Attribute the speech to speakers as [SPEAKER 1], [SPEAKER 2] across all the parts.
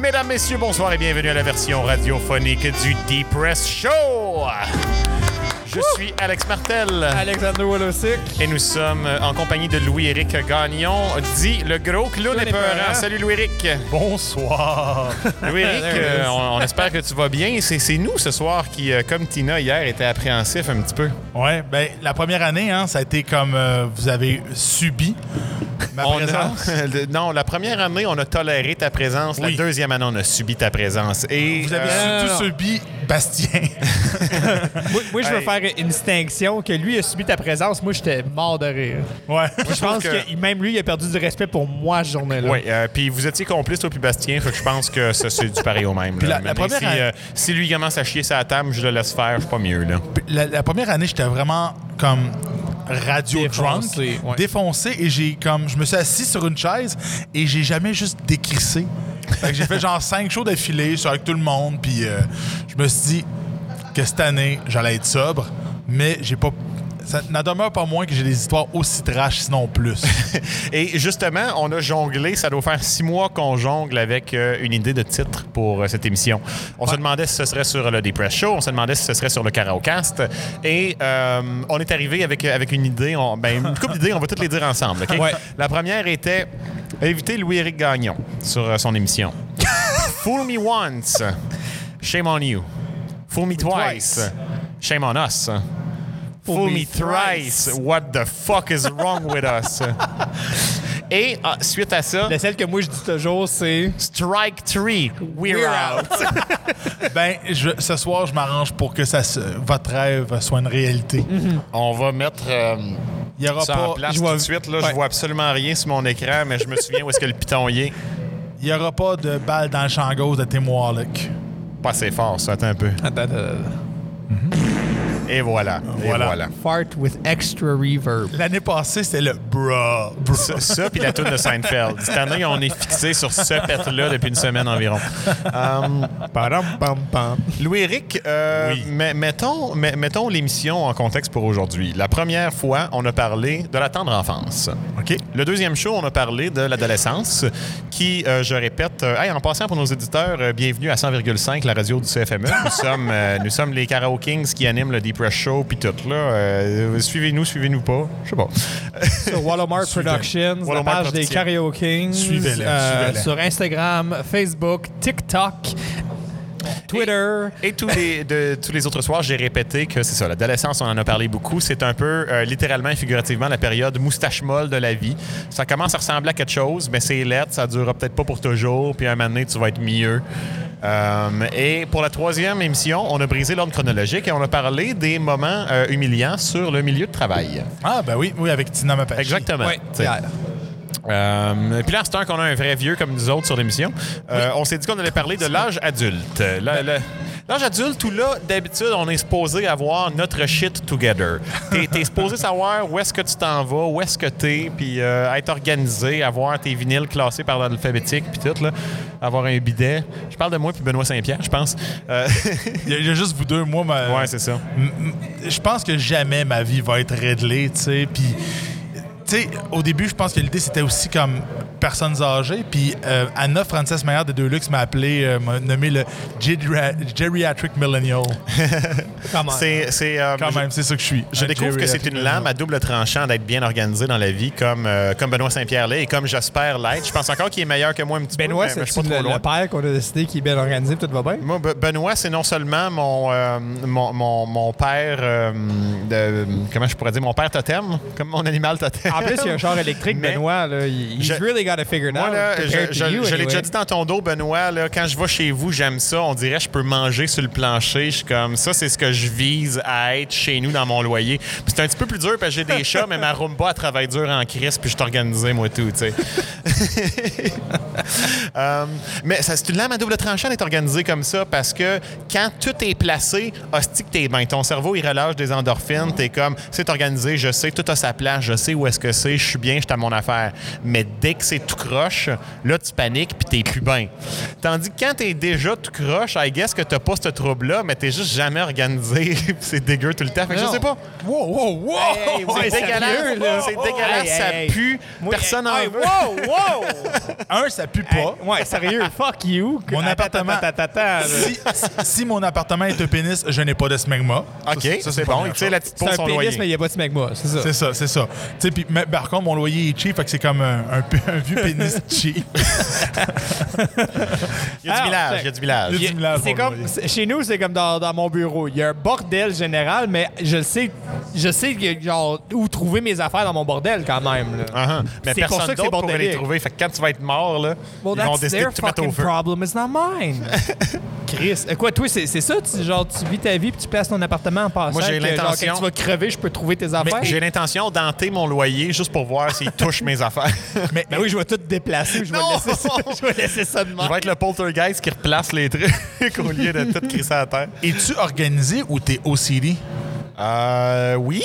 [SPEAKER 1] Mesdames, messieurs, bonsoir et bienvenue à la version radiophonique du Deep Press Show. Je suis Alex Martel.
[SPEAKER 2] Alexandre Wolosik.
[SPEAKER 1] Et nous sommes en compagnie de Louis-Éric Gagnon, dit le gros clown
[SPEAKER 2] Clown
[SPEAKER 1] épeurant.
[SPEAKER 2] épeurant.
[SPEAKER 1] Salut Louis-Éric.
[SPEAKER 3] Bonsoir.
[SPEAKER 1] Louis-Éric,
[SPEAKER 2] There it
[SPEAKER 1] euh,
[SPEAKER 2] is.
[SPEAKER 1] on, on espère que tu vas bien. C'est c'est nous ce soir qui, euh, comme Tina hier, était appréhensif un petit peu.
[SPEAKER 3] ouais, ben la première année, hein, ça a été comme euh, vous avez subi ma
[SPEAKER 1] On
[SPEAKER 3] présence.
[SPEAKER 1] a- le- non, la première année, on a toléré ta présence. La
[SPEAKER 3] Oui.
[SPEAKER 1] deuxième année, on a subi ta présence. Et
[SPEAKER 3] Vous avez
[SPEAKER 1] euh,
[SPEAKER 2] non,
[SPEAKER 3] surtout
[SPEAKER 2] non.
[SPEAKER 3] subi Bastien.
[SPEAKER 2] Moi, moi, je veux
[SPEAKER 1] Hey.
[SPEAKER 2] faire une distinction que lui a subi ta présence. Moi, j'étais mort de rire.
[SPEAKER 3] ouais.
[SPEAKER 2] Je pense
[SPEAKER 1] que-
[SPEAKER 2] que... même lui, il a perdu du respect pour moi cette journée-là.
[SPEAKER 1] Oui, euh, puis vous étiez complice, toi, puis Bastien, fait que je pense que ça, c'est du pareil au même.
[SPEAKER 3] Puis
[SPEAKER 1] là.
[SPEAKER 3] la- la
[SPEAKER 1] Maintenant,
[SPEAKER 3] première
[SPEAKER 1] si,
[SPEAKER 3] année-
[SPEAKER 1] euh, si lui commence à chier sa table, je le laisse faire, je suis pas mieux, là.
[SPEAKER 3] La, la première année, j'étais vraiment comme radio
[SPEAKER 2] Défoncé,
[SPEAKER 3] drunk,
[SPEAKER 2] ouais.
[SPEAKER 3] défoncé, et j'ai comme je me suis assis sur une chaise et j'ai jamais juste décrissé. Fait que j'ai fait genre cinq shows d'affilée sur- avec tout le monde, puis euh, je me suis dit que cette année j'allais être sobre, mais j'ai pas. Ça n'en demeure pas moins que j'ai des histoires aussi trash, sinon plus.
[SPEAKER 1] Et justement, on a jonglé, ça doit faire six mois qu'on jongle avec euh, une idée de titre pour euh, cette émission. On se demandait si ce serait sur le Depress Show, on se demandait si ce serait sur le Karaokast. Et euh, on est arrivé avec, euh, avec une idée, on- ben, une couple d'idées, on va toutes les dire ensemble. OK?
[SPEAKER 2] Ouais.
[SPEAKER 1] La première était inviter Louis-Éric Gagnon sur euh, son émission. Fool me once, shame on you. Fool me twice,
[SPEAKER 2] Twice.
[SPEAKER 1] shame on us. Fool,
[SPEAKER 2] Fool
[SPEAKER 1] me,
[SPEAKER 2] me
[SPEAKER 1] thrice.
[SPEAKER 2] thrice.
[SPEAKER 1] what the fuck is wrong with us? Et ah, suite à ça,
[SPEAKER 2] La seule que moi, je dis toujours, c'est...
[SPEAKER 1] strike three, we're,
[SPEAKER 2] We're
[SPEAKER 1] out.
[SPEAKER 3] Ben, je, ce soir, je m'arrange pour que ça se- votre rêve soit une réalité.
[SPEAKER 1] On va mettre euh,
[SPEAKER 3] Il y aura
[SPEAKER 1] ça en
[SPEAKER 3] pas,
[SPEAKER 1] place
[SPEAKER 3] je vois-
[SPEAKER 1] tout de suite. Là,
[SPEAKER 3] Ouais.
[SPEAKER 1] Je vois absolument rien sur mon écran, mais je me souviens où est-ce que le piton y est.
[SPEAKER 3] il y aura pas de balle dans le champ gauche de Tim Warlock.
[SPEAKER 1] Pas assez fort, ça. Attends un peu.
[SPEAKER 3] Ah.
[SPEAKER 2] Attends, attends, attends.
[SPEAKER 1] Et voilà. Et
[SPEAKER 3] Voilà.
[SPEAKER 1] voilà.
[SPEAKER 2] Fart with extra reverb.
[SPEAKER 3] L'année passée, c'était le bra, bra.
[SPEAKER 1] Ça, ça puis la toune de Seinfeld. Cette année, on est fixé sur ce pet-là depuis une semaine environ. Hum,
[SPEAKER 2] Pam, pam, pam.
[SPEAKER 1] Louis-Éric, euh,
[SPEAKER 3] Oui.
[SPEAKER 1] mais- mettons, mais- mettons l'émission en contexte pour aujourd'hui. La première fois, on a parlé de la tendre enfance.
[SPEAKER 3] OK.
[SPEAKER 1] Le deuxième show, on a parlé de l'adolescence, qui, euh, je répète, euh, hey, en passant pour nos éditeurs, euh, bienvenue à 100,5, la radio du CFME. Nous sommes, euh, nous sommes les Karaoke Kings qui animent le Deep Press Show, puis tout. Là, Euh, suivez-nous, suivez-nous pas. Je sais pas.
[SPEAKER 2] Sur Walmart Productions, la
[SPEAKER 1] Wallomar
[SPEAKER 2] page des
[SPEAKER 1] Productions.
[SPEAKER 2] Karaoke Kings.
[SPEAKER 3] Suivez-les, suivez-les.
[SPEAKER 2] Sur Instagram, Facebook, TikTok, Twitter.
[SPEAKER 1] Et tous les, de- tous les autres soirs, j'ai répété que c'est ça, l'adolescence, on en a parlé beaucoup. C'est un peu, euh, littéralement et figurativement, la période moustache molle de la vie. Ça commence à ressembler à quelque chose, mais c'est lettre, ça durera peut-être pas pour toujours, puis un moment donné, tu vas être mieux. Euh, et pour la troisième émission, on a brisé l'ordre chronologique et on a parlé des moments euh, humiliants sur le milieu de travail.
[SPEAKER 3] Ah, ben oui, oui, avec Tina Mapache.
[SPEAKER 1] Exactement.
[SPEAKER 2] Ouais,
[SPEAKER 1] T'sais.
[SPEAKER 2] hier.
[SPEAKER 1] Euh, puis là, c'est un qu'on a un vrai vieux comme nous autres sur l'émission. Euh, On s'est dit qu'on allait parler de l'âge adulte. Euh, la- la- L'âge adulte, où là, d'habitude, on est supposé avoir notre shit together. T'es es supposé savoir où est-ce que tu t'en vas, où est-ce que t'es, puis euh, être organisé, avoir tes vinyles classés par l'alphabétique, puis tout, là. Avoir un bidet. Je parle de moi puis Benoît Saint-Pierre, je pense. Euh,
[SPEAKER 3] Il y a- il y a juste vous deux, moi, ma-
[SPEAKER 1] ouais, c'est ça.
[SPEAKER 3] m- m- je pense que jamais ma vie va être réglée, tu sais, puis... Tu sais, au début, je pense que l'idée, c'était aussi comme personnes âgées. Puis euh, Anna Frances Maillard de Deux Luxe m'a appelé, euh, m'a nommé le géria- Geriatric Millennial.
[SPEAKER 2] Come on.
[SPEAKER 1] C'est. c'est, euh,
[SPEAKER 3] Quand
[SPEAKER 1] je-
[SPEAKER 3] même, c'est ça que je suis.
[SPEAKER 1] Je
[SPEAKER 3] Un
[SPEAKER 1] découvre que c'est
[SPEAKER 3] geriatric
[SPEAKER 1] une
[SPEAKER 3] millennial.
[SPEAKER 1] lame à double tranchant d'être bien organisé dans la vie, comme, euh, comme Benoît Saint-Pierre l'est et comme j'espère l'être. Je pense encore qu'il est meilleur que moi un petit
[SPEAKER 2] Benoît,
[SPEAKER 1] peu, mais- mais je suis
[SPEAKER 2] c'est
[SPEAKER 1] pas trop
[SPEAKER 2] le,
[SPEAKER 1] loin.
[SPEAKER 2] le père qu'on a décidé qui est bien organisé, tout va bien?
[SPEAKER 1] Moi, Be- Benoît, c'est non seulement mon, euh, mon, mon, mon père, euh, de- comment je pourrais dire, mon père totem, comme mon animal totem.
[SPEAKER 2] En plus, il y a un char électrique,
[SPEAKER 1] Mais-
[SPEAKER 2] Benoît. Là, il- he's
[SPEAKER 1] Je-
[SPEAKER 2] really got it figured
[SPEAKER 1] Moi,
[SPEAKER 2] out.
[SPEAKER 1] là, je,
[SPEAKER 2] compared
[SPEAKER 1] je-
[SPEAKER 2] to you,
[SPEAKER 1] je l'ai
[SPEAKER 2] anyway.
[SPEAKER 1] déjà dit dans ton dos, Benoît, là, quand je vais chez vous, j'aime ça. On dirait que je peux manger sur le plancher. Je suis comme ça, c'est ce que je vise à être chez nous dans mon loyer. Puis c'est un petit peu plus dur parce que j'ai des chats, mais ma Roomba, elle travaille dur en crise, puis je suis organisé, moi, tout, tu sais. Euh, mais ça, c'est une lame à double tranchant d'être organisé comme ça parce que quand tout est placé, hostie que t'es bien. Ton cerveau, il relâche des endorphines. T'es comme, c'est organisé, je sais, tout a sa place, je sais où est-ce que c'est, je suis bien, je suis à mon affaire. Mais dès que c'est tout croche, là, tu paniques puis t'es plus bien. Tandis que quand t'es déjà tout croche, I guess que t'as pas ce trouble-là, mais t'es juste jamais organisé. puis c'est dégueu tout le temps. Fait que je
[SPEAKER 2] Non.
[SPEAKER 1] sais pas.
[SPEAKER 3] Wow, wow, wow!
[SPEAKER 2] Hey, vous
[SPEAKER 1] C'est
[SPEAKER 2] êtes
[SPEAKER 1] dégueulasse,
[SPEAKER 2] sérieux, là?
[SPEAKER 1] c'est dégueulasse,
[SPEAKER 2] Hey,
[SPEAKER 1] ça
[SPEAKER 2] hey, hey.
[SPEAKER 1] pue,
[SPEAKER 2] Moi,
[SPEAKER 1] personne en
[SPEAKER 2] hey,
[SPEAKER 1] veut.
[SPEAKER 2] Wow, wow!
[SPEAKER 3] Un, ça ça pue
[SPEAKER 2] Hey,
[SPEAKER 3] pas.
[SPEAKER 2] ouais, sérieux, fuck you.
[SPEAKER 3] Mon
[SPEAKER 2] Attends,
[SPEAKER 3] appartement-
[SPEAKER 2] attends, attends,
[SPEAKER 1] Ah,
[SPEAKER 2] attends, là.
[SPEAKER 3] Si, si- si mon appartement est un pénis, je n'ai pas de smegma. Ça,
[SPEAKER 1] OK,
[SPEAKER 3] ça,
[SPEAKER 1] c'est
[SPEAKER 3] la
[SPEAKER 1] bon.
[SPEAKER 3] première
[SPEAKER 1] Tu sais,
[SPEAKER 3] chose.
[SPEAKER 1] la petite
[SPEAKER 2] C'est
[SPEAKER 1] pour
[SPEAKER 2] un
[SPEAKER 1] son
[SPEAKER 2] pénis,
[SPEAKER 1] loyer.
[SPEAKER 2] mais il n'y a pas de smegma, c'est ça.
[SPEAKER 3] C'est ça, c'est ça. Tu sais, puis, mais par contre, mon loyer est cheap, fait que c'est comme un, un p- un vieux pénis cheap.
[SPEAKER 1] Il y a du
[SPEAKER 2] Alors,
[SPEAKER 1] village,
[SPEAKER 2] check.
[SPEAKER 1] il y a du village.
[SPEAKER 2] Ah, Il y a-
[SPEAKER 3] du village
[SPEAKER 2] c'est
[SPEAKER 3] pour le
[SPEAKER 2] comme
[SPEAKER 3] loyer.
[SPEAKER 2] c'est- chez nous, c'est comme dans, dans mon bureau. Il y a un bordel général, mais je sais, je sais que, genre où trouver mes affaires dans mon bordel quand même. là.
[SPEAKER 1] Uh-huh. Mais
[SPEAKER 2] C'est pour
[SPEAKER 1] personne
[SPEAKER 2] ça que c'est
[SPEAKER 1] d'autre pourrait les
[SPEAKER 2] bordélique.
[SPEAKER 1] trouver. Fait que quand tu vas être mort, là,
[SPEAKER 2] Well,
[SPEAKER 1] ils vont
[SPEAKER 2] that's
[SPEAKER 1] décider de
[SPEAKER 2] their
[SPEAKER 1] tout mettre
[SPEAKER 2] fucking
[SPEAKER 1] au feu.
[SPEAKER 2] problem, it's not mine. Chris, euh, quoi, toi, c'est c'est ça, tu, genre tu vis ta vie puis tu places ton appartement en passant.
[SPEAKER 1] j'ai
[SPEAKER 2] que, genre,
[SPEAKER 1] l'intention-
[SPEAKER 2] Quand tu vas crever, je peux trouver tes
[SPEAKER 1] Mais
[SPEAKER 2] affaires.
[SPEAKER 1] j'ai l'intention d'enter mon loyer juste pour voir s'il touche mes affaires.
[SPEAKER 3] mais
[SPEAKER 2] Ben oui, je vais tout déplacer, je vais
[SPEAKER 1] Non!
[SPEAKER 2] laisser ça, je vais laisser ça de
[SPEAKER 1] Je
[SPEAKER 2] même.
[SPEAKER 1] vais être le poltergeist qui replace les trucs au lieu de tout crisser à terre.
[SPEAKER 3] es-tu organisé ou t'es OCD?
[SPEAKER 1] Euh, oui.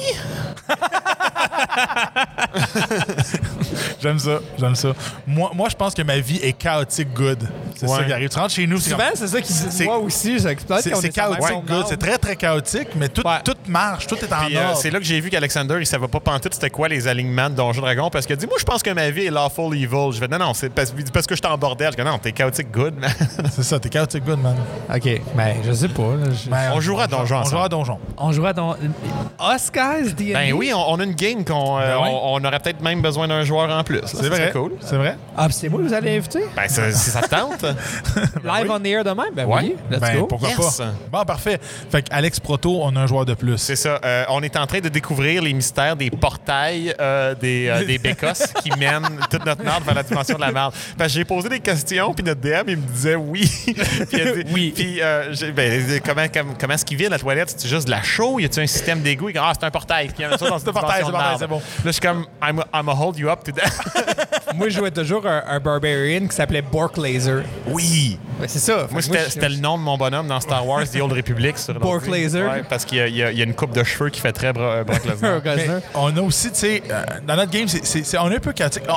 [SPEAKER 3] J'aime ça, j'aime ça. Moi, moi, je pense que ma vie est chaotique good. C'est
[SPEAKER 1] Ouais.
[SPEAKER 3] ça qui arrive. Tu rentres chez nous, c'est comme-
[SPEAKER 2] Souvent, c'est ça qui
[SPEAKER 3] C'est-
[SPEAKER 2] moi aussi, ça peut-être
[SPEAKER 3] c'est
[SPEAKER 2] qu'on
[SPEAKER 3] c'est
[SPEAKER 2] est sur la même
[SPEAKER 3] chaotique
[SPEAKER 2] longueur
[SPEAKER 3] good. C'est très, très chaotique, mais tout,
[SPEAKER 2] Ouais.
[SPEAKER 3] tout marche, tout est en
[SPEAKER 2] Ah,
[SPEAKER 1] Puis, euh,
[SPEAKER 3] ordre.
[SPEAKER 1] c'est là que j'ai vu qu'Alexander, il savait pas pantoute c'était quoi les alignements de Donjon Dragon parce qu'il a dit Moi, je pense que ma vie est lawful evil. Je fais Non, non, c'est parce, il dit, parce que je suis en bordel. Je dis Non, t'es chaotique good, man.
[SPEAKER 3] C'est ça, t'es chaotique good, man.
[SPEAKER 2] OK, ben je sais pas. là, je-
[SPEAKER 3] Ben,
[SPEAKER 1] On jouera à Donjon
[SPEAKER 3] On
[SPEAKER 1] ensemble.
[SPEAKER 3] jouera à Donjon.
[SPEAKER 2] On jouera dans Us Guys D&D.
[SPEAKER 1] Ben oui, on, on a une game qu'on euh,
[SPEAKER 3] Ben ouais.
[SPEAKER 1] on, on aurait peut-être même besoin d'un joueur en plus.
[SPEAKER 3] C'est vrai.
[SPEAKER 1] cool.
[SPEAKER 3] C'est vrai.
[SPEAKER 2] Ah, puis c'est moi que vous allez inviter
[SPEAKER 1] Ben, ça- si ça te tente.
[SPEAKER 2] Live on the air demain Ben
[SPEAKER 1] Ouais.
[SPEAKER 2] oui, let's
[SPEAKER 3] ben,
[SPEAKER 2] go.
[SPEAKER 3] pourquoi
[SPEAKER 1] Yes.
[SPEAKER 3] pas? Bon, parfait. Fait que Alex Proto, on a un joueur de plus.
[SPEAKER 1] C'est ça. Euh, on est en train de découvrir les mystères des portails euh, des, euh, des bécosses qui mènent toute notre merde vers la dimension de la merde. Parce que j'ai posé des questions, puis notre DM, il me disait oui. Puis il a dit-
[SPEAKER 2] Oui.
[SPEAKER 1] Puis euh, j'ai- ben, il dit, comment, comme- comment est-ce qu'il vit la toilette? C'est juste de la chaux? Y a-tu un système d'égout? Il dit, Ah, c'est un portail. Puis il y a ça dans cette
[SPEAKER 3] un portail,
[SPEAKER 1] dimension
[SPEAKER 3] c'est un
[SPEAKER 1] de
[SPEAKER 3] portail,
[SPEAKER 1] marde. Là, je suis comme, I'm, I'm a hold you up today.
[SPEAKER 2] Moi, je jouais toujours un, un barbarian qui s'appelait Bork Laser.
[SPEAKER 1] oui.
[SPEAKER 2] Ben, c'est ça.
[SPEAKER 1] Moi, c'était c'était le nom de mon bonhomme dans Star Wars, The Old Republic. sur
[SPEAKER 2] Bork
[SPEAKER 1] l'ordi.
[SPEAKER 2] Laser.
[SPEAKER 1] Ouais, parce qu'il y, a- il y a il y a une coupe de cheveux qui fait très bro- Brock Lesnar.
[SPEAKER 3] Mais
[SPEAKER 2] Laser.
[SPEAKER 3] on a aussi, tu sais, euh, dans notre game, c'est- c'est- c'est- on est un peu chaotique. On-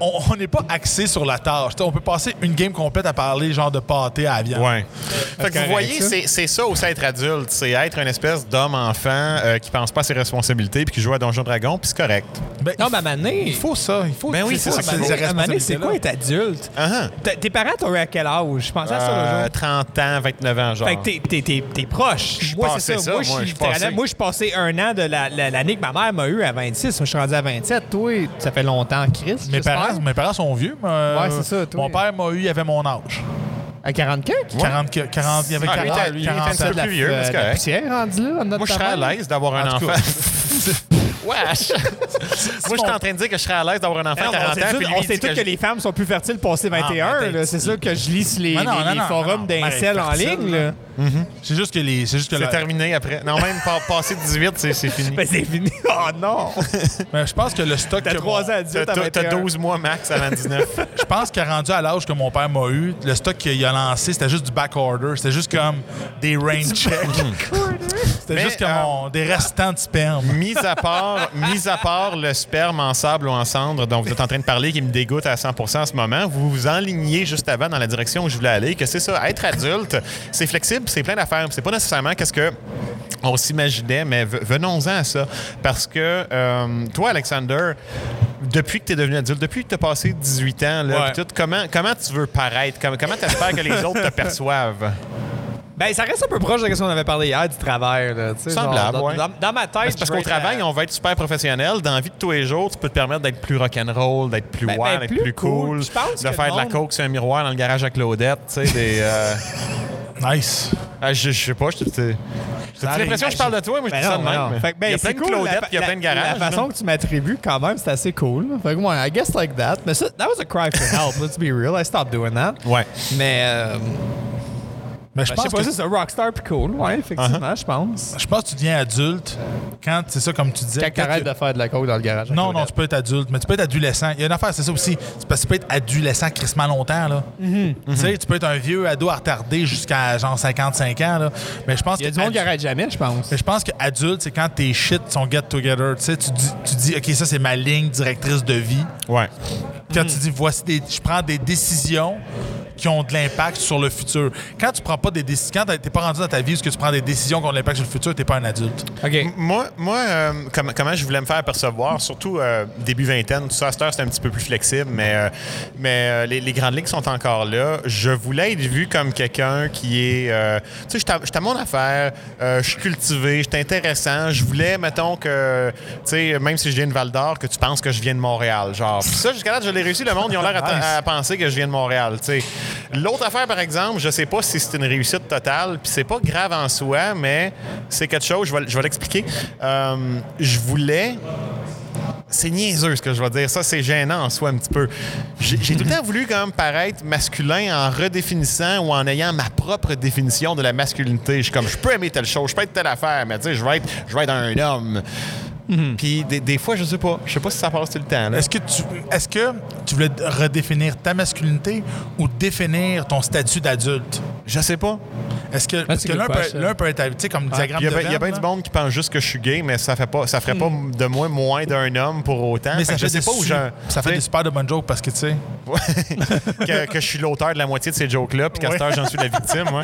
[SPEAKER 3] on- On n'est pas axé sur la tâche. Tu sais, on peut passer une game complète à parler genre de pâté à la viande.
[SPEAKER 1] Ouais. Hein? Fait que vous
[SPEAKER 2] correct,
[SPEAKER 1] voyez,
[SPEAKER 2] ça?
[SPEAKER 1] c'est c'est ça aussi être adulte. C'est être une espèce d'homme-enfant euh, qui pense pas à ses responsabilités puis qui joue à Donjon Dragon, puis c'est correct.
[SPEAKER 3] Ben,
[SPEAKER 2] Non,
[SPEAKER 3] il
[SPEAKER 2] mais à Mané.
[SPEAKER 3] Il faut ça, il faut.
[SPEAKER 1] Ben oui, c'est ça
[SPEAKER 3] ça,
[SPEAKER 1] qu'il faut.
[SPEAKER 3] ces
[SPEAKER 2] À Mané, c'est quoi
[SPEAKER 3] responsabilités-là.
[SPEAKER 2] être adulte
[SPEAKER 1] Uh-huh.
[SPEAKER 2] T'as- Tes parents t'ont eu à quel âge Je pensais à ça le
[SPEAKER 1] Euh,
[SPEAKER 2] jour.
[SPEAKER 1] 30 ans, 29 ans, genre.
[SPEAKER 2] Fait que t'es- t'es- t'es- t'es proche.
[SPEAKER 1] Euh, Je
[SPEAKER 2] Moi,
[SPEAKER 1] pensais
[SPEAKER 2] c'est
[SPEAKER 1] ça,
[SPEAKER 2] ça. Moi,
[SPEAKER 1] moi,
[SPEAKER 2] je
[SPEAKER 1] je
[SPEAKER 2] suis littéralement-
[SPEAKER 1] pensais-
[SPEAKER 2] moi, je suis passé un an de la- la- l'année que ma mère m'a eu à 26. Moi, je suis rendu à 27. Toi, ça fait longtemps, Chris.
[SPEAKER 3] Mes
[SPEAKER 2] j'espère.
[SPEAKER 3] parents, mes parents sont vieux, mais euh,
[SPEAKER 2] Ouais, c'est ça, toi.
[SPEAKER 3] mon père m'a eu, il avait mon âge.
[SPEAKER 2] À 45
[SPEAKER 3] 40, que- 40, il avait
[SPEAKER 1] Ah, lui,
[SPEAKER 3] 40,
[SPEAKER 1] t'as- lui, il était
[SPEAKER 3] 40
[SPEAKER 1] un peu
[SPEAKER 3] ans.
[SPEAKER 1] plus vieux, mais c'est
[SPEAKER 2] la
[SPEAKER 1] correct.
[SPEAKER 2] euh, poussière rendue là, en notre
[SPEAKER 1] Moi, je serais à
[SPEAKER 2] tabac.
[SPEAKER 1] l'aise d'avoir un
[SPEAKER 3] En tout
[SPEAKER 1] enfant.
[SPEAKER 3] cas.
[SPEAKER 1] Wesh! Moi, j'étais en train de dire que je serais à l'aise d'avoir un enfant
[SPEAKER 2] Non,
[SPEAKER 1] à 40
[SPEAKER 2] mais on
[SPEAKER 1] ans.
[SPEAKER 2] sait tout-
[SPEAKER 1] puis lui,
[SPEAKER 2] on
[SPEAKER 1] il
[SPEAKER 2] sait
[SPEAKER 1] dit
[SPEAKER 2] tous que,
[SPEAKER 1] je- Ah,
[SPEAKER 2] les femmes sont plus fertiles passé 21.
[SPEAKER 3] ben,
[SPEAKER 2] là.
[SPEAKER 3] t'es-
[SPEAKER 2] c'est ça que je lis sur les,
[SPEAKER 3] Ah non,
[SPEAKER 2] les-
[SPEAKER 3] non,
[SPEAKER 2] les
[SPEAKER 3] non,
[SPEAKER 2] forums
[SPEAKER 3] non, non.
[SPEAKER 2] d'incel
[SPEAKER 3] Ben,
[SPEAKER 2] en
[SPEAKER 3] fertile,
[SPEAKER 2] ligne.
[SPEAKER 3] là.
[SPEAKER 2] là.
[SPEAKER 3] C'est juste que les. C'est juste que
[SPEAKER 1] C'est
[SPEAKER 3] la-
[SPEAKER 1] terminé après. Non, même pa- passer 18, c'est c'est fini.
[SPEAKER 2] Ben, c'est fini. Oh non!
[SPEAKER 3] Mais Ben, je pense que le stock.
[SPEAKER 2] T'as
[SPEAKER 3] que
[SPEAKER 2] 3
[SPEAKER 3] mon-
[SPEAKER 2] ans à 18
[SPEAKER 1] T'as
[SPEAKER 2] à
[SPEAKER 1] t'as- t'as
[SPEAKER 2] 21.
[SPEAKER 1] 12 mois max avant 19.
[SPEAKER 3] Je pense qu'à rendu à l'âge que mon père m'a eu, le stock qu'il a lancé, c'était juste du back order. C'était juste comme des rain checks.
[SPEAKER 2] Mm.
[SPEAKER 3] C'était
[SPEAKER 1] Mais,
[SPEAKER 3] juste comme
[SPEAKER 1] euh,
[SPEAKER 3] on- des restants de sperme.
[SPEAKER 1] Mis à part, mis à part le sperme en sable ou en cendre dont vous êtes en train de parler, qui me dégoûte à 100 en ce moment, vous vous enlignez juste avant dans la direction où je voulais aller, que c'est ça, être adulte, c'est flexible, c'est plein d'affaires, c'est pas nécessairement qu'est-ce que on s'imaginait, mais ve- venons-en à ça, parce que euh, toi, Alexander, depuis que tu es devenu adulte, depuis que tu as passé 18 ans, là,
[SPEAKER 3] Ouais.
[SPEAKER 1] pis tout, comment, comment tu veux paraître? Comment, comment tu espères que les autres te perçoivent?
[SPEAKER 2] Ben, ça reste un peu proche de ce qu'on avait parlé hier du travail. Là, tu sais,
[SPEAKER 1] Semblable,
[SPEAKER 2] genre, dans,
[SPEAKER 1] ouais.
[SPEAKER 2] dans- dans ma
[SPEAKER 1] Mais
[SPEAKER 2] tête,
[SPEAKER 1] c'est parce qu'au
[SPEAKER 2] je vais être
[SPEAKER 1] travail,
[SPEAKER 2] à-
[SPEAKER 1] on va être super professionnel. Dans la vie de tous les jours, tu peux te permettre d'être plus rock'n'roll, d'être plus
[SPEAKER 2] Ben, ben,
[SPEAKER 1] wild, d'être
[SPEAKER 2] plus
[SPEAKER 1] plus cool,
[SPEAKER 2] cool. Je pense
[SPEAKER 1] de
[SPEAKER 2] que
[SPEAKER 1] faire
[SPEAKER 2] le
[SPEAKER 1] de la
[SPEAKER 2] monde-
[SPEAKER 1] coke sur un miroir dans le garage à Claudette. Tu sais, des. euh,
[SPEAKER 3] Nice.
[SPEAKER 1] ah, je, je sais pas, je te. t'es- T'as-tu l'impression que je parle de toi? Moi, je
[SPEAKER 2] Ben
[SPEAKER 1] dis ça
[SPEAKER 2] non,
[SPEAKER 1] de
[SPEAKER 2] ben
[SPEAKER 1] même.
[SPEAKER 2] non.
[SPEAKER 1] mais
[SPEAKER 2] Fait que, ben,
[SPEAKER 1] il y a
[SPEAKER 2] c'est
[SPEAKER 1] plein de
[SPEAKER 2] cool, la-
[SPEAKER 1] Claudettes, puis il y a
[SPEAKER 2] la-
[SPEAKER 1] plein de garages.
[SPEAKER 2] La façon
[SPEAKER 1] là.
[SPEAKER 2] que tu m'attribues, quand même, c'est assez cool. là. Fait que moi, I guess like that. Mais ça, that was a cry for help. Let's be real. I stopped doing that.
[SPEAKER 1] Ouais.
[SPEAKER 2] Mais, euh,
[SPEAKER 3] Mais je
[SPEAKER 2] Ben, je sais
[SPEAKER 3] pense
[SPEAKER 2] pas,
[SPEAKER 3] que
[SPEAKER 2] ça, c'est rockstar puis cool. Ouais, effectivement,
[SPEAKER 1] Uh-huh.
[SPEAKER 2] je pense.
[SPEAKER 3] je pense que tu deviens adulte quand c'est ça comme tu disais.
[SPEAKER 2] Quand
[SPEAKER 3] peut-être
[SPEAKER 2] t'arrêtes
[SPEAKER 3] que-
[SPEAKER 2] de faire de la coke dans le garage.
[SPEAKER 3] Non, non, tu peux être adulte, mais tu peux être adolescent. Il y a une affaire, c'est ça aussi. C'est parce que tu peux être adolescent crissement longtemps, là.
[SPEAKER 2] Mm-hmm.
[SPEAKER 3] Tu sais, tu peux être un vieux ado à retarder jusqu'à genre 55 ans, là. Mais je pense
[SPEAKER 2] Il y a
[SPEAKER 3] que
[SPEAKER 2] du monde
[SPEAKER 3] adu-
[SPEAKER 2] qui arrête jamais, je pense.
[SPEAKER 3] Mais je pense qu'adulte, c'est quand tes shit sont get together. Tu sais, tu dis, tu dis, OK, ça, c'est ma ligne directrice de vie.
[SPEAKER 1] Ouais.
[SPEAKER 3] Quand tu dis voici des, je prends des décisions qui ont de l'impact sur le futur. Quand tu prends pas des décisions, quand t'as- t'es pas rendu dans ta vie, parce que tu prends des décisions qui ont de l'impact sur le futur, t'es pas un adulte.
[SPEAKER 2] OK.
[SPEAKER 1] Moi, moi euh, comme- comment je voulais me faire percevoir, surtout euh, début vingtaine, tout ça, à cette heure, c'est un petit peu plus flexible, mais, euh, mais euh, les, les grandes lignes sont encore là. Je voulais être vu comme quelqu'un qui est. euh, tu sais, j'étais à- j'étais à mon affaire, euh, je suis cultivé, j'étais intéressant. Je voulais, mettons, que. Tu sais, même si je viens de Val d'Or, que tu penses que je viens de Montréal. Genre, Puis ça, jusqu'à là, je l'ai réussi, le monde, ils ont l'air
[SPEAKER 3] Nice.
[SPEAKER 1] à, à penser que je viens de Montréal. tu sais. L'autre affaire, par exemple, je sais pas si c'est une réussite totale, puis c'est pas grave en soi, mais c'est quelque chose, je vais, je vais l'expliquer. Euh, je voulais. C'est niaiseux ce que je vais dire. Ça, c'est gênant en soi un petit peu. J'ai j'ai tout le temps voulu quand même paraître masculin en redéfinissant ou en ayant ma propre définition de la masculinité. Je suis comme, je peux aimer telle chose, je peux être telle affaire, mais tu sais, je vais être, je vais être un homme. Puis des, des fois, je sais pas. Je sais pas si ça passe tout le temps. là.
[SPEAKER 3] Est-ce que tu est-ce que tu voulais redéfinir ta masculinité ou définir ton statut d'adulte?
[SPEAKER 1] Je sais pas.
[SPEAKER 3] Est-ce que,
[SPEAKER 2] Ah,
[SPEAKER 3] parce
[SPEAKER 2] c'est
[SPEAKER 3] que l'un
[SPEAKER 2] good
[SPEAKER 3] peut,
[SPEAKER 2] question.
[SPEAKER 3] l'un peut être, tu sais, comme diagramme
[SPEAKER 1] Il y a,
[SPEAKER 3] de
[SPEAKER 1] ben- il y a bien
[SPEAKER 3] Venn, là. Hmm.
[SPEAKER 1] du monde qui pense juste que je suis gay, mais ça fait pas, ça ferait pas de moi moins d'un homme pour autant.
[SPEAKER 3] Mais
[SPEAKER 1] Fait
[SPEAKER 3] ça
[SPEAKER 1] que je
[SPEAKER 3] fait,
[SPEAKER 1] sais
[SPEAKER 3] des
[SPEAKER 1] pas où
[SPEAKER 3] su-
[SPEAKER 1] j'en-
[SPEAKER 3] ça fait
[SPEAKER 1] tu
[SPEAKER 3] des
[SPEAKER 1] sais,
[SPEAKER 3] super de bonnes jokes parce que, tu sais,
[SPEAKER 1] que, que je suis l'auteur de la moitié de ces jokes-là, puis qu'à cette heure, j'en suis la victime. moi.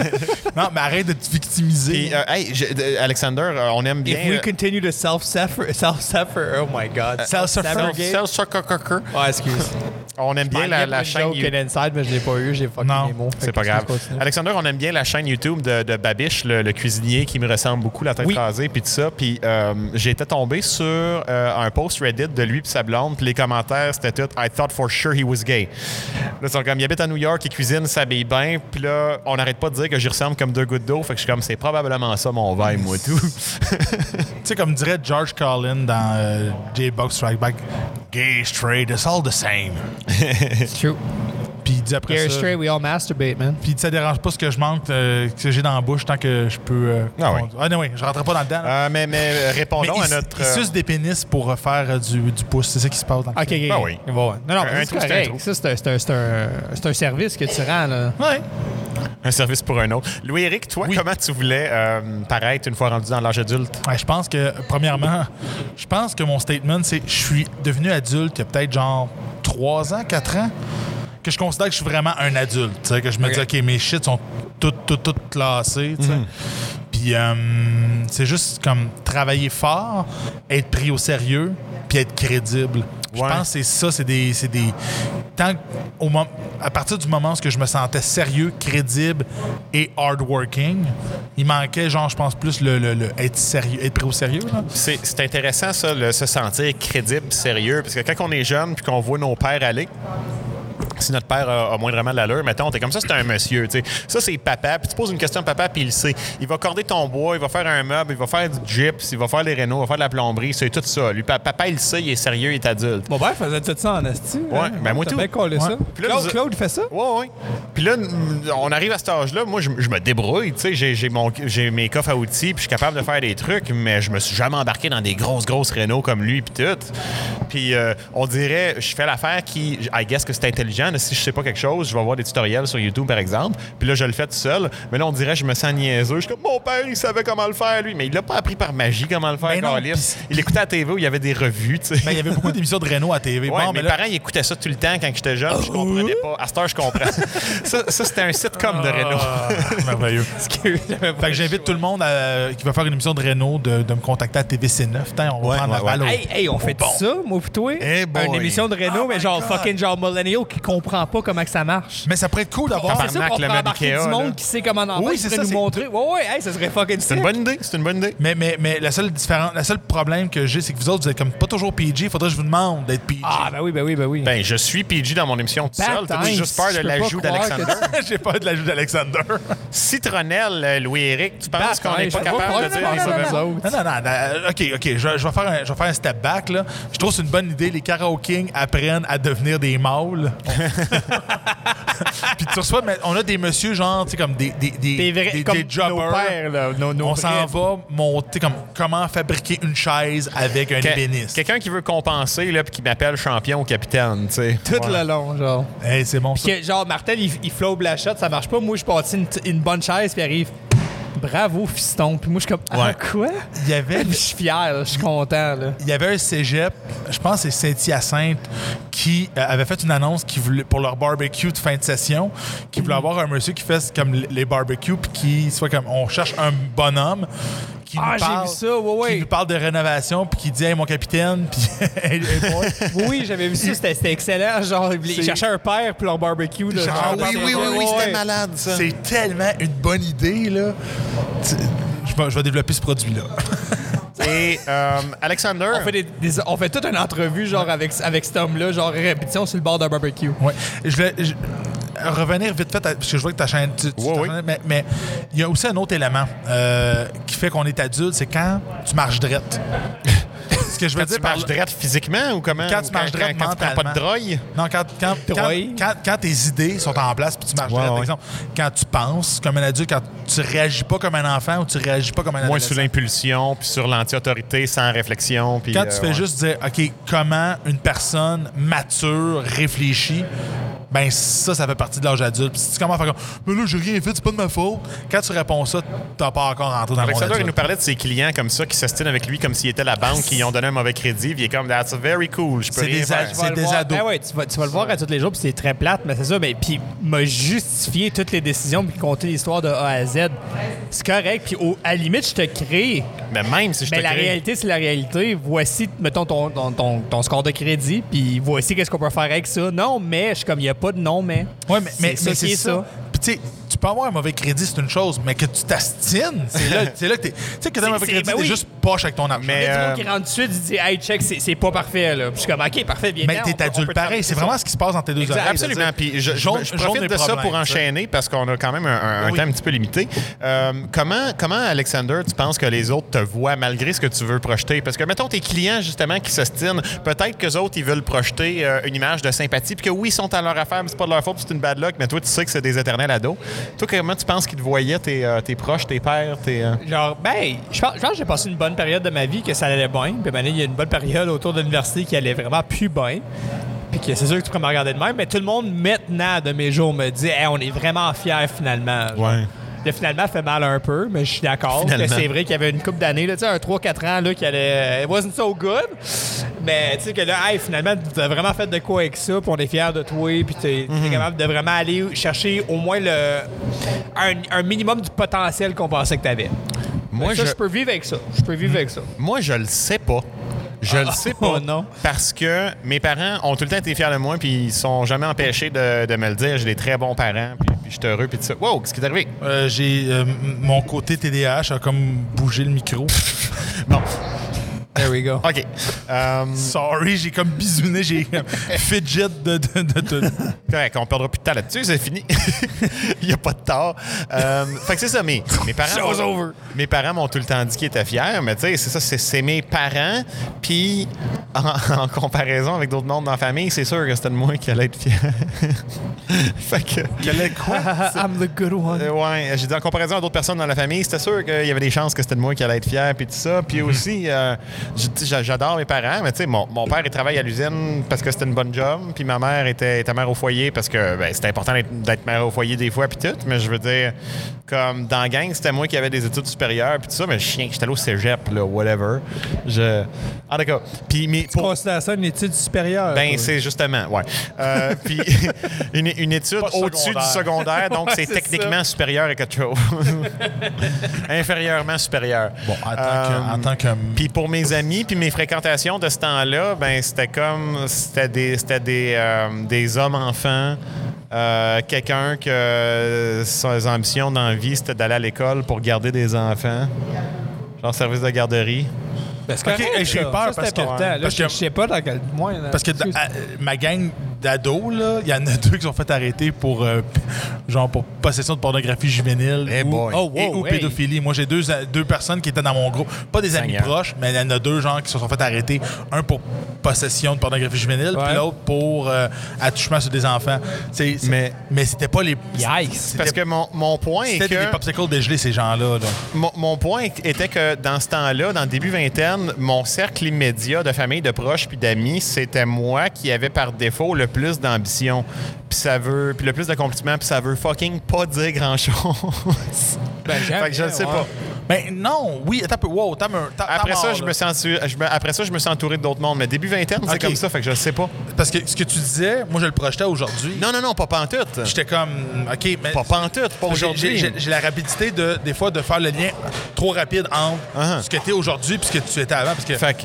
[SPEAKER 3] non, mais arrête de te victimiser.
[SPEAKER 1] Puis, euh, hey, je- de- Alexander, euh, on aime bien.
[SPEAKER 2] If we continue to self-suffer, self-suffer, oh my God.
[SPEAKER 3] self-suffrage.
[SPEAKER 2] Self-suffrage.
[SPEAKER 1] Self- self-
[SPEAKER 2] Ah, excuse.
[SPEAKER 1] on aime bien la, la chaîne.
[SPEAKER 2] Joke and inside, mais je l'ai pas eu, j'ai fucké
[SPEAKER 3] Non,
[SPEAKER 2] les mots.
[SPEAKER 1] C'est
[SPEAKER 2] Fait que
[SPEAKER 1] pas
[SPEAKER 2] je
[SPEAKER 1] grave.
[SPEAKER 2] pense qu'on continue.
[SPEAKER 1] Alexander, on aime bien la chaîne YouTube de, de Babiche, le, le cuisinier qui me ressemble beaucoup, la tête
[SPEAKER 3] Oui.
[SPEAKER 1] rasée, puis tout ça. Puis euh, j'étais tombé sur euh, un post Reddit de lui puis sa blonde, puis les commentaires, c'était tout « I thought for sure he was gay ». Là, c'est comme, il habite à New York, il cuisine, s'habille bien, puis là, on n'arrête pas de dire que j'y ressemble comme deux gouttes d'eau, fait que je suis comme « C'est probablement ça mon vibe, moi, tout
[SPEAKER 3] Tu sais, comme dirait George Carlin dans euh, J-Box Strike Back, gay, straight, it's all the same.
[SPEAKER 2] It's true.
[SPEAKER 3] Puis il dit après
[SPEAKER 2] Here
[SPEAKER 3] ça.
[SPEAKER 2] straight, we all masturbate, man.
[SPEAKER 3] Puis il dit, ça dérange pas ce que je manque, euh, ce que j'ai dans la bouche tant que je peux. euh,
[SPEAKER 1] Ah oui.
[SPEAKER 3] conduire. Ah non, oui, je rentre pas dans le dedans. là.
[SPEAKER 1] Euh, Mais, mais euh,
[SPEAKER 3] mais
[SPEAKER 1] répondons
[SPEAKER 3] il,
[SPEAKER 1] à
[SPEAKER 3] s-
[SPEAKER 1] notre...
[SPEAKER 3] il
[SPEAKER 1] euh,
[SPEAKER 3] suce des pénis pour refaire euh, du, du pouce. C'est ça qui se passe dans le
[SPEAKER 2] OK, OK.
[SPEAKER 1] Ben oui.
[SPEAKER 2] Bon, ouais. Non, non,
[SPEAKER 1] Un
[SPEAKER 2] mais
[SPEAKER 1] trou, c'est
[SPEAKER 2] c'est
[SPEAKER 1] un
[SPEAKER 2] correct.
[SPEAKER 1] trou.
[SPEAKER 2] Ça, c'est un, c'est un- c'est un- c'est un service que tu rends, là.
[SPEAKER 3] Ouais.
[SPEAKER 1] Un service pour un autre. Louis-Éric, toi,
[SPEAKER 3] Oui.
[SPEAKER 1] comment tu voulais euh, paraître une fois rendu dans l'âge adulte?
[SPEAKER 3] Ouais, je pense que, premièrement, je pense que mon statement, c'est je suis devenu adulte il y a peut-être genre 3 ans, 4 ans, que je considère que je suis vraiment un adulte. tu sais, Que je me
[SPEAKER 2] Ok.
[SPEAKER 3] dis, OK, mes shit sont toutes, toutes, toutes classées. tu sais. Puis euh, c'est juste comme travailler fort, être pris au sérieux, puis être crédible. Je
[SPEAKER 1] Ouais.
[SPEAKER 3] pense que c'est ça, c'est des. c'est des- tant que- au mom- à partir du moment où ce que je me sentais sérieux, crédible et hardworking, il manquait, genre, je pense, plus le, le- le être sérieux, être pris au sérieux. là.
[SPEAKER 1] C'est c'est intéressant, ça, le, se sentir crédible, sérieux, parce que quand on est jeune puis qu'on voit nos pères aller, si notre père a, a moindrement de l'allure, mettons, t'es comme ça, c'est un monsieur, tu sais. Ça, c'est papa, puis tu poses une question à papa, puis il le sait. Il va corder ton bois, il va faire un meuble, il va faire du gyps, il va faire les rénaux, il va faire de la plomberie, c'est tout ça. Lui, pa- papa, il le sait, il est sérieux, il est adulte.
[SPEAKER 2] Mon père faisait tout ça en asti.
[SPEAKER 1] hein. ben moi T'as tout. bien collé
[SPEAKER 2] ça.
[SPEAKER 1] ça. Puis là, Claude- vous- Claude
[SPEAKER 2] fait ça?
[SPEAKER 1] Ouais, ouais. Puis là, n- on arrive à cet âge-là. Moi, je, je me débrouille. Tu sais, j'ai, j'ai mon- j'ai mes coffres à outils, puis je suis capable de faire des trucs, mais je me suis jamais embarqué dans des grosses, grosses rénaux comme lui, puis tout. Puis euh, on dirait, je fais l'affaire qui, I guess que c'est intelligent. là. si je sais pas quelque chose, je vais voir des tutoriels sur YouTube, par exemple. Puis là, je le fais tout seul. Mais là, on dirait, je me sens niaiseux. Je suis comme, mon père, il savait comment le faire, lui. Mais il l'a pas appris par magie comment le faire,
[SPEAKER 3] Ben non,
[SPEAKER 1] câlisse.
[SPEAKER 3] puis c'est-
[SPEAKER 1] Il écoutait à la TV où il y avait des revues, tu sais.
[SPEAKER 3] Ben, il y avait beaucoup d'émissions de Renault à TV.
[SPEAKER 1] Ouais,
[SPEAKER 3] Bon,
[SPEAKER 1] mes
[SPEAKER 3] ben là-
[SPEAKER 1] parents ils écoutaient ça tout le temps quand j'étais jeune, puis je comprenais pas. À cette heure, je comprends. ça, ça, c'était un sitcom de Renault.
[SPEAKER 3] Ah, merveilleux. Fait que j'invite tout le monde à- qui va faire une émission de Renault de, de me contacter à TVC9. Tant, on va
[SPEAKER 1] Ouais,
[SPEAKER 3] prendre
[SPEAKER 1] ouais,
[SPEAKER 3] la balle au-
[SPEAKER 2] Hey, hey, on fait tout ça, moi pis toi?
[SPEAKER 3] Hey, boy.
[SPEAKER 2] Une émission de Renault, mais genre fucking genre millennial qui comprend pas comment que ça marche.
[SPEAKER 3] Mais ça pourrait être cool d'avoir.
[SPEAKER 1] Tabarnak,
[SPEAKER 2] C'est ça qu'on
[SPEAKER 1] le
[SPEAKER 2] pourrait embarquer
[SPEAKER 1] Ikea,
[SPEAKER 2] du monde
[SPEAKER 1] là.
[SPEAKER 2] qui sait comment en
[SPEAKER 3] Oui,
[SPEAKER 2] faire,
[SPEAKER 3] c'est
[SPEAKER 2] qui pourrait
[SPEAKER 3] ça,
[SPEAKER 2] nous
[SPEAKER 3] c'est-
[SPEAKER 2] montrer. Ouais, ouais, hey, ça serait fucking
[SPEAKER 1] C'est une
[SPEAKER 2] sick.
[SPEAKER 1] bonne idée, c'est une bonne idée.
[SPEAKER 3] Mais, mais, mais la seule différence, la seule problème que j'ai, c'est que vous autres, vous êtes comme pas toujours PG. Faudrait que je vous demande d'être PG.
[SPEAKER 2] Ah, ben oui, ben oui, ben oui.
[SPEAKER 1] Ben, je suis PG dans mon émission tout seul. T'as
[SPEAKER 2] Baptiste,
[SPEAKER 1] juste peur
[SPEAKER 2] je
[SPEAKER 1] de
[SPEAKER 2] peux pas
[SPEAKER 1] l'ajout
[SPEAKER 2] croire que
[SPEAKER 1] d'Alexander.
[SPEAKER 3] J'ai peur de l'ajout d'Alexander.
[SPEAKER 1] Citronnelle, euh, Louis-Éric, tu penses qu'on n'est
[SPEAKER 2] Baptiste,
[SPEAKER 1] pas
[SPEAKER 2] je peux pas
[SPEAKER 1] capable de dire
[SPEAKER 2] croire
[SPEAKER 1] des
[SPEAKER 2] que
[SPEAKER 1] mauvais
[SPEAKER 2] tu
[SPEAKER 1] mots?
[SPEAKER 2] penses
[SPEAKER 3] non, non, non. non, OK, OK. Je, je vais faire un, je vais faire un step back. Là. Je trouve que c'est une bonne idée. Les karaokings apprennent à devenir des mâles. Puis tu reçois, mais on a des messieurs, genre, tu sais, comme des, des, des,
[SPEAKER 2] Des vrais-
[SPEAKER 3] des-
[SPEAKER 2] comme
[SPEAKER 3] des jobbers.
[SPEAKER 2] nos pères, là, nos- nos
[SPEAKER 3] on
[SPEAKER 2] vrais-
[SPEAKER 3] s'en va monter comme comment fabriquer une chaise avec un
[SPEAKER 1] Que-
[SPEAKER 3] ébéniste.
[SPEAKER 1] Quelqu'un qui veut compenser, là, puis qui m'appelle champion ou capitaine, tu sais.
[SPEAKER 2] Tout le long, genre.
[SPEAKER 3] Hey, c'est bon. ça.
[SPEAKER 2] Puis que, genre, Martel, il, il flobe la shot, ça marche pas. Moi, je partis une, une bonne chaise, puis arrive. bravo, fiston. Puis moi, je suis comme, ah,
[SPEAKER 1] Ouais.
[SPEAKER 2] quoi?
[SPEAKER 3] Il y avait
[SPEAKER 2] Puis je suis fier, là, je suis content. Là.
[SPEAKER 3] il y avait un cégep, je pense que c'est Saint-Hyacinthe, qui euh, avait fait une annonce qui voulait, pour leur barbecue de fin de session, qui voulait avoir un monsieur qui fasse comme l- les barbecues, puis qui soit comme on cherche un bonhomme qui
[SPEAKER 2] Ah,
[SPEAKER 3] nous
[SPEAKER 2] j'ai
[SPEAKER 3] parle,
[SPEAKER 2] vu ça, ouais, ouais.
[SPEAKER 3] qui nous parle de rénovation, puis qui dit hey, mon capitaine, puis hey, hey, boy.
[SPEAKER 2] Oui, oui, j'avais vu ça, c'était c'était excellent. Genre, ils
[SPEAKER 3] C'est-
[SPEAKER 2] cherchaient un père pour leur barbecue. Là,
[SPEAKER 3] Ah
[SPEAKER 1] Ah
[SPEAKER 2] genre,
[SPEAKER 1] oui, oui, oui, oui,
[SPEAKER 2] ouais,
[SPEAKER 1] c'était
[SPEAKER 2] ouais.
[SPEAKER 1] malade, ça.
[SPEAKER 3] c'est tellement une bonne idée là. Tu- Je vais, je vais développer ce produit là.
[SPEAKER 1] Et euh, Alexander,
[SPEAKER 2] On fait, des, des- on fait toute une entrevue genre avec, avec cet homme-là, genre répétition sur le bord d'un barbecue.
[SPEAKER 3] Ouais. Je voulais je- revenir vite fait, à- parce que je vois que ta chaîne. tu- tu-
[SPEAKER 1] Ouais,
[SPEAKER 3] ta
[SPEAKER 1] oui.
[SPEAKER 3] chaîne- mais- mais il y a aussi un autre élément euh, qui fait qu'on est adulte, c'est quand tu marches drette. Ce que je veux
[SPEAKER 1] quand
[SPEAKER 3] dire
[SPEAKER 1] tu
[SPEAKER 3] par
[SPEAKER 1] marches drette physiquement ou comment?
[SPEAKER 3] Quand
[SPEAKER 1] Ou
[SPEAKER 3] tu marches drette
[SPEAKER 1] quand, quand tu prends pas de
[SPEAKER 3] mentalement.
[SPEAKER 1] drogue?
[SPEAKER 3] Non, quand, quand, quand,
[SPEAKER 2] Troy.
[SPEAKER 3] quand- quand tes idées sont en place puis tu marches
[SPEAKER 1] Ouais,
[SPEAKER 3] drette,
[SPEAKER 1] ouais.
[SPEAKER 3] par exemple, quand tu penses comme un adulte, quand tu réagis pas comme un enfant ou tu réagis pas comme un
[SPEAKER 1] Moins
[SPEAKER 3] adulte.
[SPEAKER 1] sous l'impulsion, puis sur l'anti-autorité, sans réflexion. puis,
[SPEAKER 3] Quand
[SPEAKER 1] euh,
[SPEAKER 3] tu fais
[SPEAKER 1] ouais.
[SPEAKER 3] juste dire, OK, comment une personne mature réfléchit, ben ça, ça fait partie de l'âge adulte. Puis si tu commences à faire comme, mais là, j'ai rien fait, c'est pas de ma faute. Quand tu réponds ça, t'as pas encore rentré dans le monde
[SPEAKER 1] Alexander, il
[SPEAKER 3] adulte.
[SPEAKER 1] nous parlait de ses clients comme ça qui s'ostinent avec lui comme s'il était la banque, qui lui ont donné un mauvais crédit, puis il est comme, that's very cool, je peux
[SPEAKER 3] C'est
[SPEAKER 1] rien
[SPEAKER 3] des
[SPEAKER 1] faire.
[SPEAKER 3] âges-
[SPEAKER 2] Tu vas
[SPEAKER 3] C'est
[SPEAKER 2] le
[SPEAKER 3] des
[SPEAKER 2] voir-
[SPEAKER 3] ados.
[SPEAKER 2] Ben ouais, tu vas, tu vas le voir à tous les jours, puis c'est très plate, mais c'est ça. Mais puis m'a justifié toutes les décisions, puis compter l'histoire de A à Z. C'est correct. Puis au- à la limite, je te crée.
[SPEAKER 1] Mais même si je
[SPEAKER 2] Mais
[SPEAKER 1] te
[SPEAKER 2] Ben, la
[SPEAKER 1] crée-
[SPEAKER 2] réalité, c'est la réalité. Voici, mettons, ton, ton, ton, ton score de crédit, puis voici qu'est-ce qu'on peut faire avec ça. Non, mais, je suis comme, il n'y a pas de non, mais.
[SPEAKER 3] Ouais, mais, mais-
[SPEAKER 2] ça
[SPEAKER 3] mais
[SPEAKER 2] qui
[SPEAKER 3] c'est
[SPEAKER 2] est
[SPEAKER 3] ça.
[SPEAKER 2] ça.
[SPEAKER 3] Puis tu sais, tu peux avoir un mauvais crédit, c'est une chose, mais que tu t'astines, c'est là, c'est là que t'es. Tu sais, que t'as un mauvais
[SPEAKER 2] c'est-
[SPEAKER 3] crédit,
[SPEAKER 2] ben
[SPEAKER 3] t'es
[SPEAKER 2] oui.
[SPEAKER 3] juste poche avec ton argent.
[SPEAKER 1] Mais,
[SPEAKER 2] Il y a du
[SPEAKER 1] Euh,
[SPEAKER 2] monde qui rentre tout de suite, il dit, hey, check, c'est c'est pas parfait, là. Puis je suis comme, OK, parfait, viens
[SPEAKER 3] mais
[SPEAKER 1] ben,
[SPEAKER 2] dedans, on
[SPEAKER 3] t'es
[SPEAKER 2] peut- on
[SPEAKER 3] adulte
[SPEAKER 2] peut
[SPEAKER 3] pareil,
[SPEAKER 2] travailler
[SPEAKER 3] c'est
[SPEAKER 2] ça.
[SPEAKER 3] vraiment ce qui se passe dans tes deux
[SPEAKER 1] Exact,
[SPEAKER 3] oreilles.
[SPEAKER 1] Absolument.
[SPEAKER 3] C'est-à-dire,
[SPEAKER 1] Puis je, je-
[SPEAKER 3] jaune-
[SPEAKER 1] je
[SPEAKER 3] jaune
[SPEAKER 1] profite
[SPEAKER 3] des
[SPEAKER 1] de ça
[SPEAKER 3] problèmes,
[SPEAKER 1] pour
[SPEAKER 3] tu sais.
[SPEAKER 1] enchaîner parce qu'on a quand même un, un- un
[SPEAKER 3] Oui.
[SPEAKER 1] temps un petit peu limité. Euh, comment, comment, Alexander, tu penses que les autres te voient malgré ce que tu veux projeter? Parce que, mettons, tes clients, justement, qui s'ostinent, peut-être qu'eux autres, ils veulent projeter euh, une image de sympathie, puis que oui, ils sont à leur affaire, mais c'est pas de leur faute, puis c'est une bad luck, mais toi, tu sais que c'est des éternels ados. Toi, comment tu penses qu'ils te voyaient, tes, euh, tes proches, tes pères, tes. euh,
[SPEAKER 2] Genre, ben, je pense, je pense que j'ai passé une bonne période de ma vie que ça allait bien. Puis maintenant, il y a une bonne période autour de l'université qui allait vraiment plus bien. Puis que c'est sûr que tu pourrais me regarder de même. Mais tout le monde, maintenant, de mes jours, me dit Hey, on est vraiment fiers finalement. Genre,
[SPEAKER 1] Ouais.
[SPEAKER 2] Le finalement fait mal un peu, mais je suis d'accord. que
[SPEAKER 1] Finalement.
[SPEAKER 2] C'est vrai qu'il y avait une couple d'années, là, tu sais, un 3-4 ans, là, qui allait. It wasn't so good. Mais tu sais que là, hey, finalement, tu as vraiment fait de quoi avec ça, puis on est fiers de toi, puis tu es,
[SPEAKER 1] Mhm.
[SPEAKER 2] capable de vraiment aller chercher au moins le, un, un minimum du potentiel qu'on pensait que tu avais.
[SPEAKER 1] Moi,
[SPEAKER 2] Ben, Ça,
[SPEAKER 1] je-
[SPEAKER 2] je peux vivre avec ça. Je peux vivre avec ça.
[SPEAKER 1] Moi, je le sais pas. Je le sais pas.
[SPEAKER 2] oh non.
[SPEAKER 1] Parce que mes parents ont tout le temps été fiers de moi, puis ils sont jamais empêchés de, de me le dire. J'ai des très bons parents, puis, puis je suis heureux, puis tout ça. Wow, qu'est-ce qui est arrivé?
[SPEAKER 3] Euh, j'ai euh, m- mon côté TDAH a comme bougé le micro.
[SPEAKER 1] Bon,
[SPEAKER 2] There we go.
[SPEAKER 1] OK. Euh,
[SPEAKER 3] Sorry, j'ai comme bisouné, j'ai comme fidget de, de, de, de-
[SPEAKER 1] correct, on perdra plus de temps là-dessus, c'est fini. Il n'y a pas de tort. Euh, fait que c'est ça, mes, mes parents.
[SPEAKER 2] Show's
[SPEAKER 1] m'ont-
[SPEAKER 2] over.
[SPEAKER 1] Mes parents m'ont tout le temps dit qu'ils étaient fiers, mais tu sais, c'est ça, c'est- c'est mes parents, puis en, en comparaison avec d'autres mondes dans la famille, c'est sûr que c'était de moi qui allait être fier. fait que.
[SPEAKER 2] I'm the good one.
[SPEAKER 1] Euh, ouais, j'ai dit en comparaison à d'autres personnes dans la famille, c'était sûr qu'il y avait des chances que c'était de moi qui allait être fier, puis tout ça. Puis aussi, euh, j- tu sais, j'a- j'adore mes parents, mais tu sais, mon, mon père, il travaille à l'usine parce que c'était une bonne job, puis ma mère était, était mère au foyer parce que ben, c'était important d'être- d'être mère au foyer des fois, puis tout. Mais je veux dire, comme dans la gang, c'était moi qui avais des études supérieures, puis tout ça, mais chien, j'étais allé au cégep, là, whatever. Je... En tout cas, puis mes- pour-
[SPEAKER 2] Considère ça une étude supérieure.
[SPEAKER 1] ben,
[SPEAKER 2] toi.
[SPEAKER 1] c'est justement, ouais. Euh, puis une, une étude
[SPEAKER 3] Pas
[SPEAKER 1] au-dessus du
[SPEAKER 3] secondaire.
[SPEAKER 1] secondaire, donc
[SPEAKER 2] Ouais,
[SPEAKER 1] c'est
[SPEAKER 2] c'est
[SPEAKER 1] techniquement supérieur à quelque chose. Inférieurement supérieur.
[SPEAKER 3] Bon, en tant que-
[SPEAKER 1] Euh,
[SPEAKER 3] en tant que-
[SPEAKER 1] Puis pour mes amis, puis mes fréquentations de ce temps-là, ben c'était comme, c'était des, c'était des, euh, des hommes-enfants. Euh, quelqu'un que euh, ses ambitions dans la vie, c'était d'aller à l'école pour garder des enfants. Genre service de garderie.
[SPEAKER 2] Parce
[SPEAKER 3] Ok, hey, j'ai eu peur
[SPEAKER 2] ça, Ben, c'est
[SPEAKER 3] parce que-
[SPEAKER 2] important. Là,
[SPEAKER 3] parce
[SPEAKER 2] je,
[SPEAKER 3] que-
[SPEAKER 2] je sais pas dans quel mois. là.
[SPEAKER 3] Parce que d- à- ma gang d'ados, là, il y en a deux qui sont fait arrêter pour euh, p- genre pour possession de pornographie juvénile
[SPEAKER 1] Eh
[SPEAKER 3] ou,
[SPEAKER 1] boy.
[SPEAKER 2] Oh, wow,
[SPEAKER 3] et ou
[SPEAKER 2] hey.
[SPEAKER 3] pédophilie. Moi, j'ai deux, a- deux personnes qui étaient dans mon groupe, pas des amis
[SPEAKER 1] Seigneur.
[SPEAKER 3] proches, mais il y en a deux gens qui se sont fait arrêter. Un pour possession de pornographie juvénile,
[SPEAKER 2] Ouais.
[SPEAKER 3] puis l'autre pour euh, attouchement sur des enfants. C'est- c'est-
[SPEAKER 1] Mais-
[SPEAKER 3] mais c'était pas les
[SPEAKER 2] Yikes.
[SPEAKER 1] Parce que mon, mon point est
[SPEAKER 3] c'était
[SPEAKER 1] que...
[SPEAKER 3] des popsicles dégelés ces gens-là. là.
[SPEAKER 1] Mon, mon point était que dans ce temps-là, dans le début vingtaine, mon cercle immédiat de famille, de proches puis d'amis, c'était moi qui avait par défaut le plus d'ambition, puis ça veut, puis le plus d'accomplissement, puis ça veut fucking pas dire grand-chose.
[SPEAKER 2] Ben, jamais,
[SPEAKER 1] Fait que je ne sais
[SPEAKER 2] ouais.
[SPEAKER 1] pas.
[SPEAKER 3] Ben non, oui, t'as peu. Wow, t'as un. t'as- t'as
[SPEAKER 1] Après ça,
[SPEAKER 3] mort,
[SPEAKER 1] je
[SPEAKER 3] là.
[SPEAKER 1] me suis entouré- je me- après ça, je me suis entouré d'autres mondes. Mais début vingtaine, c'est
[SPEAKER 3] Ok.
[SPEAKER 1] comme ça, fait que je ne sais pas.
[SPEAKER 3] Parce que ce que tu disais, moi, je le projetais aujourd'hui.
[SPEAKER 1] Non, non, non, pas pantoute.
[SPEAKER 3] J'étais comme, OK, mais.
[SPEAKER 1] Pas pantoute, pas
[SPEAKER 3] J'ai- j'ai-
[SPEAKER 1] aujourd'hui.
[SPEAKER 3] J'ai j'ai la rapidité, de, des fois, de faire le lien trop rapide entre
[SPEAKER 1] Uh-huh.
[SPEAKER 3] ce que t'es aujourd'hui et ce que tu étais avant. Parce que,
[SPEAKER 1] Fait que,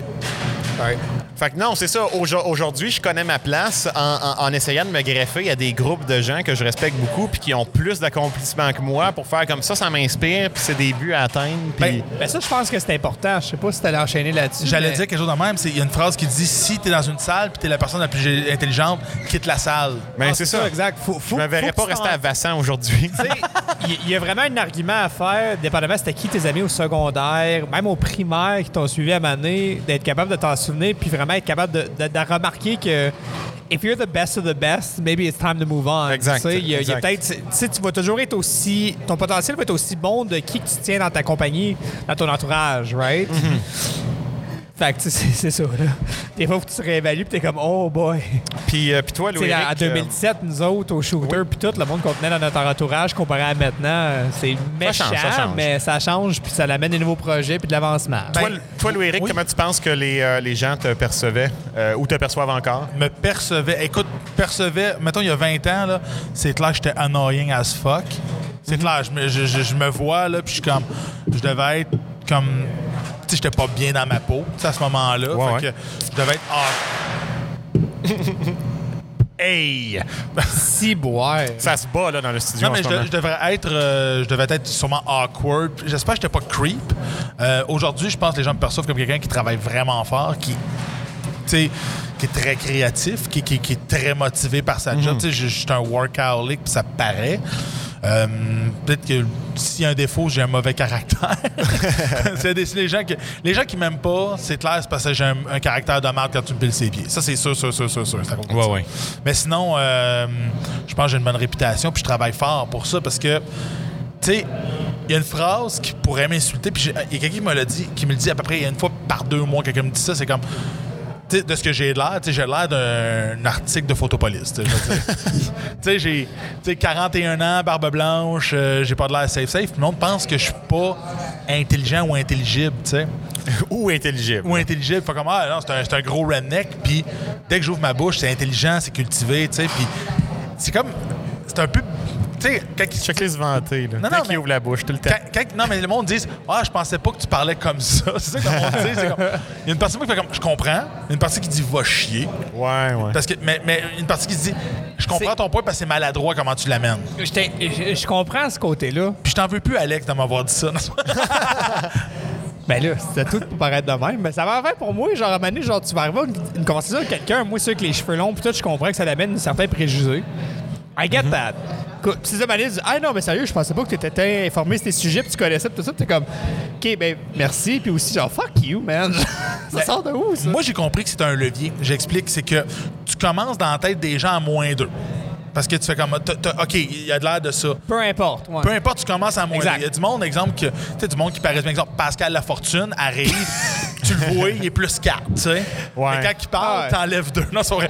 [SPEAKER 2] Ouais.
[SPEAKER 1] fait que non, c'est ça. Aujo- Aujourd'hui, je connais ma place en, en- en essayant de me greffer à des groupes de gens que je respecte beaucoup puis qui ont plus d'accomplissements que moi pour faire comme ça, ça m'inspire puis c'est des buts à atteindre. Puis...
[SPEAKER 2] Ben ça, je pense que c'est important. Je sais pas si t'allais enchaîner là-dessus.
[SPEAKER 3] J'allais
[SPEAKER 2] mais-
[SPEAKER 3] dire quelque chose de même. c'est- Il y a une phrase qui dit si t'es dans une salle puis t'es la personne la plus gé- intelligente, quitte la salle.
[SPEAKER 1] Ben,
[SPEAKER 2] Ah,
[SPEAKER 1] c'est ça.
[SPEAKER 2] exact. Faut, faut,
[SPEAKER 1] Je me verrais
[SPEAKER 2] faut que
[SPEAKER 1] pas
[SPEAKER 2] tu t'en-
[SPEAKER 1] rester à Vassan aujourd'hui.
[SPEAKER 2] Tu sais, Il il y a vraiment un argument à faire, dépendamment c'était qui tes amis au secondaire, même au primaire qui t'ont suivi à Mané, d'être capable de t'en souvenir, puis vraiment être capable de, de- de remarquer que if you're the best of the best, maybe it's time to move on.
[SPEAKER 1] Exact,
[SPEAKER 2] Tu sais, il y a- il y a
[SPEAKER 1] exact.
[SPEAKER 2] peut-être- tu sais, tu vas toujours être aussi, ton potentiel va être aussi bon de qui que tu tiens dans ta compagnie, dans ton entourage, right?
[SPEAKER 1] Mm-hmm.
[SPEAKER 2] Fait que tu sais, c'est c'est ça. Là. Des fois, faut que tu te réévalues, puis t'es comme, oh boy.
[SPEAKER 1] puis, euh, puis toi,
[SPEAKER 2] Tu
[SPEAKER 1] Louis.
[SPEAKER 2] sais, en 2017, nous autres, au shooter, puis tout le monde qu'on tenait dans notre entourage, comparé à maintenant, euh, c'est méchant,
[SPEAKER 1] change, ça change.
[SPEAKER 2] mais ça change, puis ça amène des nouveaux projets, puis de l'avancement.
[SPEAKER 1] Toi,
[SPEAKER 2] Ben,
[SPEAKER 1] Lou- toi, Louis-Éric,
[SPEAKER 3] Oui.
[SPEAKER 1] comment tu penses que les, euh, les gens te percevaient euh, ou te perçoivent encore?
[SPEAKER 3] me percevait. Écoute, percevait, mettons, il y a 20 ans, là, c'est clair que j'étais annoying as fuck.
[SPEAKER 1] Mhm.
[SPEAKER 3] C'est clair, je me, je, je- je me vois, là, puis je suis comme. Je devais être comme. Tu sais, j'étais pas bien dans ma peau, tu sais, à ce moment-là.
[SPEAKER 1] Ouais,
[SPEAKER 3] fait
[SPEAKER 1] ouais.
[SPEAKER 3] que je devais être. ah,
[SPEAKER 1] Hey!
[SPEAKER 2] si boire.
[SPEAKER 1] Ça se bat là, dans le studio
[SPEAKER 3] Non,
[SPEAKER 1] en ce
[SPEAKER 3] mais je, de-
[SPEAKER 1] moment.
[SPEAKER 3] je devrais être. euh, je devais être sûrement awkward. Puis J'espère que j'étais pas creep. Euh, Aujourd'hui, je pense que les gens me perçoivent comme quelqu'un qui travaille vraiment fort, qui. tu sais, qui est très créatif, qui, qui- qui est très motivé par
[SPEAKER 1] Mhm.
[SPEAKER 3] sa job. Tu sais, je, je suis un workaholic, puis ça paraît. Euh, Peut-être que s'il y a un défaut, j'ai un mauvais caractère. c'est des- c'est les gens qui, les gens qui m'aiment pas, c'est clair, c'est parce que j'ai un, un caractère de merde quand tu me piles ses pieds. Ça, c'est sûr, sûr, sûr, sûr, sûr. c'est à cause de
[SPEAKER 1] Ouais,
[SPEAKER 3] ça.
[SPEAKER 1] ouais.
[SPEAKER 3] Mais sinon, euh, je pense que j'ai une bonne réputation, puis je travaille fort pour ça, parce que, tu sais, il y a une phrase qui pourrait m'insulter, puis j'ai- il y a quelqu'un qui me l'a dit, qui me le dit à peu près il y a une fois par deux mois, quelqu'un me dit ça, c'est comme. Tu sais, de ce que j'ai l'air, tu sais, j'ai l'air d'un article de Photopolis. tu sais, je veux dire. Tu sais, j'ai tu sais, 41 ans, barbe blanche, euh, j'ai pas de l'air safe, safe. Tout le monde pense que je suis pas intelligent ou intelligible, tu sais.
[SPEAKER 1] Ou intelligible.
[SPEAKER 3] Ou intelligible. Fait comme, ah non, c'est un, c'est un gros redneck. Puis dès que j'ouvre ma bouche, c'est intelligent, c'est cultivé, tu sais. Puis c'est comme, c'est un peu, tu sais, quand ils-
[SPEAKER 1] Check les vanter, là. Dès
[SPEAKER 3] Non, non,
[SPEAKER 1] qu'il
[SPEAKER 3] mais-
[SPEAKER 1] ouvre la bouche, tout le temps.
[SPEAKER 3] quand- quand- non, mais le monde dit Ah, je pensais pas que tu parlais comme ça. C'est ça que le monde dit. c'est comme- Il y a une partie qui fait comme Je comprends. Il y a une partie qui dit Va chier.
[SPEAKER 1] Ouais, ouais.
[SPEAKER 3] Parce que, mais, mais une partie qui se dit Je comprends
[SPEAKER 2] C'est-
[SPEAKER 3] ton point parce que c'est maladroit comment tu l'amènes.
[SPEAKER 2] Je t'ai- je je comprends ce côté-là.
[SPEAKER 3] Puis je t'en veux plus, Alex, de m'avoir dit ça.
[SPEAKER 2] Ben là, c'était tout pour paraître de même. Mais ça va faire pour moi, genre, à un moment donné, genre, tu vas arriver à une, une conversation avec quelqu'un, moi, c'est avec les cheveux longs, puis tout, je comprends que ça l'amène un certain préjugé. I get that. Co- Puis c'est ça, Mané dit, ah non, mais sérieux, je pensais pas que tu étais informé sur tes sujets, puis tu connaissais, puis tout ça, puis t'es comme, OK, ben merci, puis aussi, genre, fuck you, man. ça sort de où, ça?
[SPEAKER 3] Moi, j'ai compris que c'est un levier. J'explique, c'est que tu commences dans la tête des gens à moins deux. Parce que tu fais comme t'as- t'as- OK, il y a de l'air de ça.
[SPEAKER 2] peu importe. ouais.
[SPEAKER 3] Peu importe, tu commences à moins deux.
[SPEAKER 2] Exact.
[SPEAKER 3] Il y a du monde, exemple, que, tu sais, du monde qui paraît, par exemple, Pascal Lafortune arrive, tu le vois, il est plus 4, tu sais.
[SPEAKER 1] Ouais.
[SPEAKER 3] Mais quand il parle,
[SPEAKER 2] Ah ouais.
[SPEAKER 3] t'enlèves deux. Non, c'est vrai.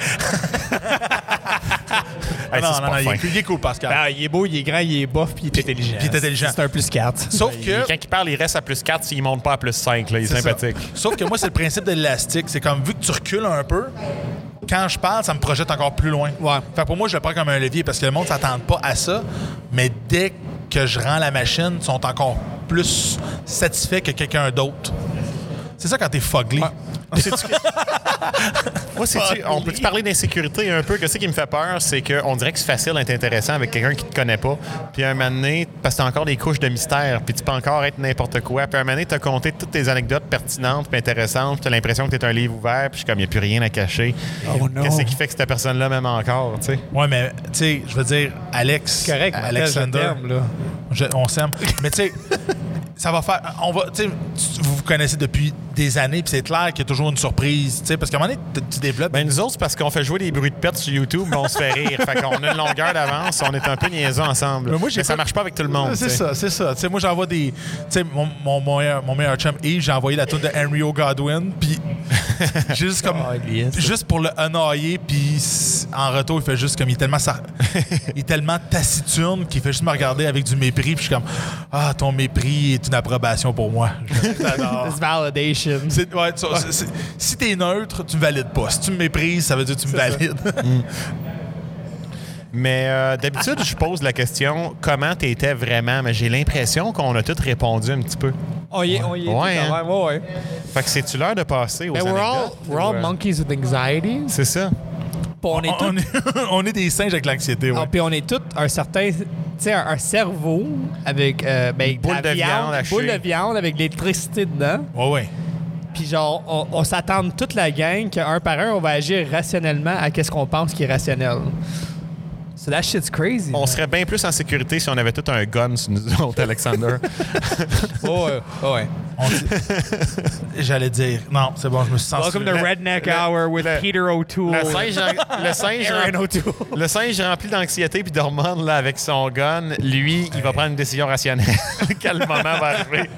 [SPEAKER 1] Hey, ça,
[SPEAKER 3] non,
[SPEAKER 1] c'est
[SPEAKER 3] non,
[SPEAKER 1] pas
[SPEAKER 3] non, il
[SPEAKER 1] fin.
[SPEAKER 3] est, il est cool, Pascal.
[SPEAKER 2] Ben, il est beau, il est grand, il est bof, puis il est intelligent.
[SPEAKER 3] puis il est intelligent.
[SPEAKER 2] C'est un plus 4.
[SPEAKER 3] Sauf que.
[SPEAKER 1] Quand ben, il parle, il reste à plus 4 s'il monte pas à plus 5. Là. Il est,
[SPEAKER 3] C'est
[SPEAKER 1] sympathique.
[SPEAKER 3] ça. Sauf que moi, c'est le principe de l'élastique. C'est comme, vu que tu recules un peu, quand je parle, ça me projette encore plus loin.
[SPEAKER 2] Ouais.
[SPEAKER 3] Fait que pour moi, je le prends comme un levier parce que le monde ne s'attend pas à ça. Mais dès que je rends la machine, ils sont encore plus satisfaits que quelqu'un d'autre. C'est ça quand t'es fogly.
[SPEAKER 1] Moi, c'est-tu- on peut-tu parler d'insécurité un peu? Que ce qui me fait peur, c'est qu'on dirait que c'est facile d'être intéressant avec quelqu'un qui te connaît pas. Puis un moment donné, parce que t'as encore des couches de mystère, puis tu peux encore être n'importe quoi. Puis un moment donné, t'as compté toutes tes anecdotes pertinentes puis intéressantes, puis t'as l'impression que t'es un livre ouvert, puis je suis comme, il n'y a plus rien à cacher.
[SPEAKER 2] Oh non.
[SPEAKER 1] Qu'est-ce qui fait que cette personne-là m'aime encore, tu sais?
[SPEAKER 3] Ouais, mais tu sais, je veux dire, Alex.
[SPEAKER 2] correct,
[SPEAKER 3] Alexander.
[SPEAKER 2] là.
[SPEAKER 3] Je- on s'aime. Mais tu sais, ça va faire. On va. Tu sais, tu- vous vous connaissez depuis des années, puis c'est clair qu'il y a toujours une surprise, tu sais, parce qu'à un moment donné, t- tu développes.
[SPEAKER 1] Ben, nous autres, c'est parce qu'on fait jouer des bruits de pète sur YouTube, ben, on se fait rire. fait qu'on a une longueur d'avance, on est un peu niaiseux ensemble.
[SPEAKER 3] Mais
[SPEAKER 1] Mais,
[SPEAKER 3] moi, j'ai
[SPEAKER 1] ça
[SPEAKER 3] pas-
[SPEAKER 1] marche pas avec tout le monde.
[SPEAKER 3] c'est
[SPEAKER 1] tu sais.
[SPEAKER 3] ça, c'est ça. Tu sais, moi, j'envoie des. Tu sais, mon, mon, mon meilleur, mon meilleur chum Yves, j'ai envoyé la tune de Henry O. Godwin, puis j'ai juste
[SPEAKER 1] Ah,
[SPEAKER 3] comme.
[SPEAKER 2] Ah,
[SPEAKER 3] juste pour le annoyer, puis s- en retour, il fait juste comme. Il est tellement, sar- il est tellement taciturne qu'il fait juste me regarder avec du mépris, puis je suis comme. Ah, ton mépris est une approbation pour moi. J'adore.
[SPEAKER 2] This validation.
[SPEAKER 3] C'est- ouais, tu- c'est- c'est- si t'es neutre, tu me valides pas. Si tu me méprises, ça veut dire que tu me valides.
[SPEAKER 1] Mais euh, d'habitude, je pose la question comment tu étais vraiment, mais j'ai l'impression qu'on a tous répondu un petit peu.
[SPEAKER 2] On y est, on y est.
[SPEAKER 1] Ouais,
[SPEAKER 2] tout
[SPEAKER 1] hein.
[SPEAKER 2] à l'heure, ouais, ouais.
[SPEAKER 1] Fait que c'est-tu l'heure de passer aux
[SPEAKER 2] Ben, we're all,
[SPEAKER 1] anecdotes?
[SPEAKER 2] we're all
[SPEAKER 1] ou, euh,
[SPEAKER 2] monkeys with anxieties.
[SPEAKER 1] C'est ça.
[SPEAKER 2] Puis on est tous
[SPEAKER 3] On est, on est des singes avec l'anxiété, ouais.
[SPEAKER 2] Ah, puis on est tous un certain, tu sais, un, un cerveau avec euh, ben,
[SPEAKER 1] boule
[SPEAKER 2] la
[SPEAKER 1] de viande hachée.
[SPEAKER 2] boule de viande avec de l'électricité dedans.
[SPEAKER 3] Ouais, ouais.
[SPEAKER 2] Puis genre, on, on s'attend toute la gang qu'un par un, on va agir rationnellement à qu'est-ce qu'on pense qui est rationnel. So that shit's crazy.
[SPEAKER 1] On serait bien plus en sécurité si on avait tout un gun sur nous autres, Alexander.
[SPEAKER 2] ouais, ouais.
[SPEAKER 3] On dit- J'allais dire. Non, c'est bon, je me suis senti.
[SPEAKER 2] Welcome to Redneck Hour with
[SPEAKER 1] le-
[SPEAKER 2] Peter O'Toole.
[SPEAKER 1] le singe, en- le singe
[SPEAKER 2] Aaron
[SPEAKER 1] en-
[SPEAKER 2] O'Toole.
[SPEAKER 1] le singe rempli d'anxiété puis d'hormones là, avec son gun, lui, il va prendre une décision rationnelle. Quel moment va arriver?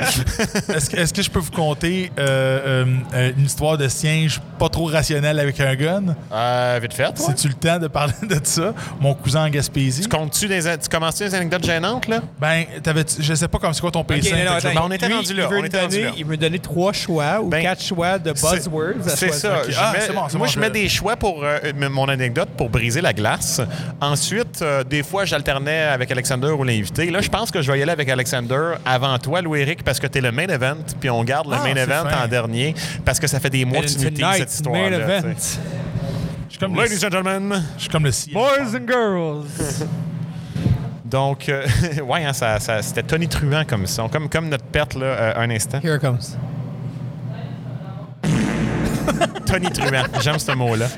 [SPEAKER 3] Est-ce que, est-ce que je peux vous conter euh, euh, euh, une histoire de siège pas trop rationnelle avec un gun?
[SPEAKER 1] Euh, vite fait. ouais.
[SPEAKER 3] C'est-tu le temps de parler de ça? Mon cousin en Gaspésie.
[SPEAKER 1] Tu, comptes-tu des, tu commences-tu des anecdotes gênantes, là?
[SPEAKER 3] Ben, t'avais-tu- je sais pas comme c'est quoi ton
[SPEAKER 2] Ok,
[SPEAKER 3] PC.
[SPEAKER 2] non, non,
[SPEAKER 1] Ben,
[SPEAKER 2] attends.
[SPEAKER 1] on était
[SPEAKER 2] Lui,
[SPEAKER 1] rendu là,
[SPEAKER 2] il veut
[SPEAKER 1] on
[SPEAKER 2] me
[SPEAKER 1] était rendu
[SPEAKER 2] donner-
[SPEAKER 1] là.
[SPEAKER 2] Il veut me donner trois choix ou
[SPEAKER 1] Ben,
[SPEAKER 2] quatre choix de buzzwords. à
[SPEAKER 1] C'est
[SPEAKER 2] choisir.
[SPEAKER 1] ça.
[SPEAKER 3] Ok.
[SPEAKER 1] Je
[SPEAKER 3] Ah,
[SPEAKER 1] mets-
[SPEAKER 3] c'est bon, c'est
[SPEAKER 1] moi,
[SPEAKER 3] bon,
[SPEAKER 1] je
[SPEAKER 3] je-
[SPEAKER 1] mets des choix pour euh, m- mon anecdote pour briser la glace. Ensuite, euh, des fois, j'alternais avec Alexander ou l'invité. Là, je pense que je vais y aller avec Alexander avant toi, Louis-Éric, parce que tu es le main event, puis on garde le
[SPEAKER 3] Ah,
[SPEAKER 1] main
[SPEAKER 3] c'est
[SPEAKER 1] event
[SPEAKER 3] fin.
[SPEAKER 1] en dernier, parce que ça fait des mois
[SPEAKER 2] And
[SPEAKER 1] que tu
[SPEAKER 2] tonight,
[SPEAKER 1] m'utilises cette
[SPEAKER 2] main
[SPEAKER 1] histoire-là.
[SPEAKER 2] event.
[SPEAKER 1] tu sais.
[SPEAKER 3] Je suis comme le,
[SPEAKER 1] Ladies and gentlemen.
[SPEAKER 3] je suis comme le siège.
[SPEAKER 2] Boys and girls.
[SPEAKER 1] Donc, euh, ouais, hein, ça, ça- c'était Tony Truant comme son, comme, comme notre perte, là, euh, un instant.
[SPEAKER 2] Here it comes.
[SPEAKER 1] Tony Truant, j'aime ce mot-là.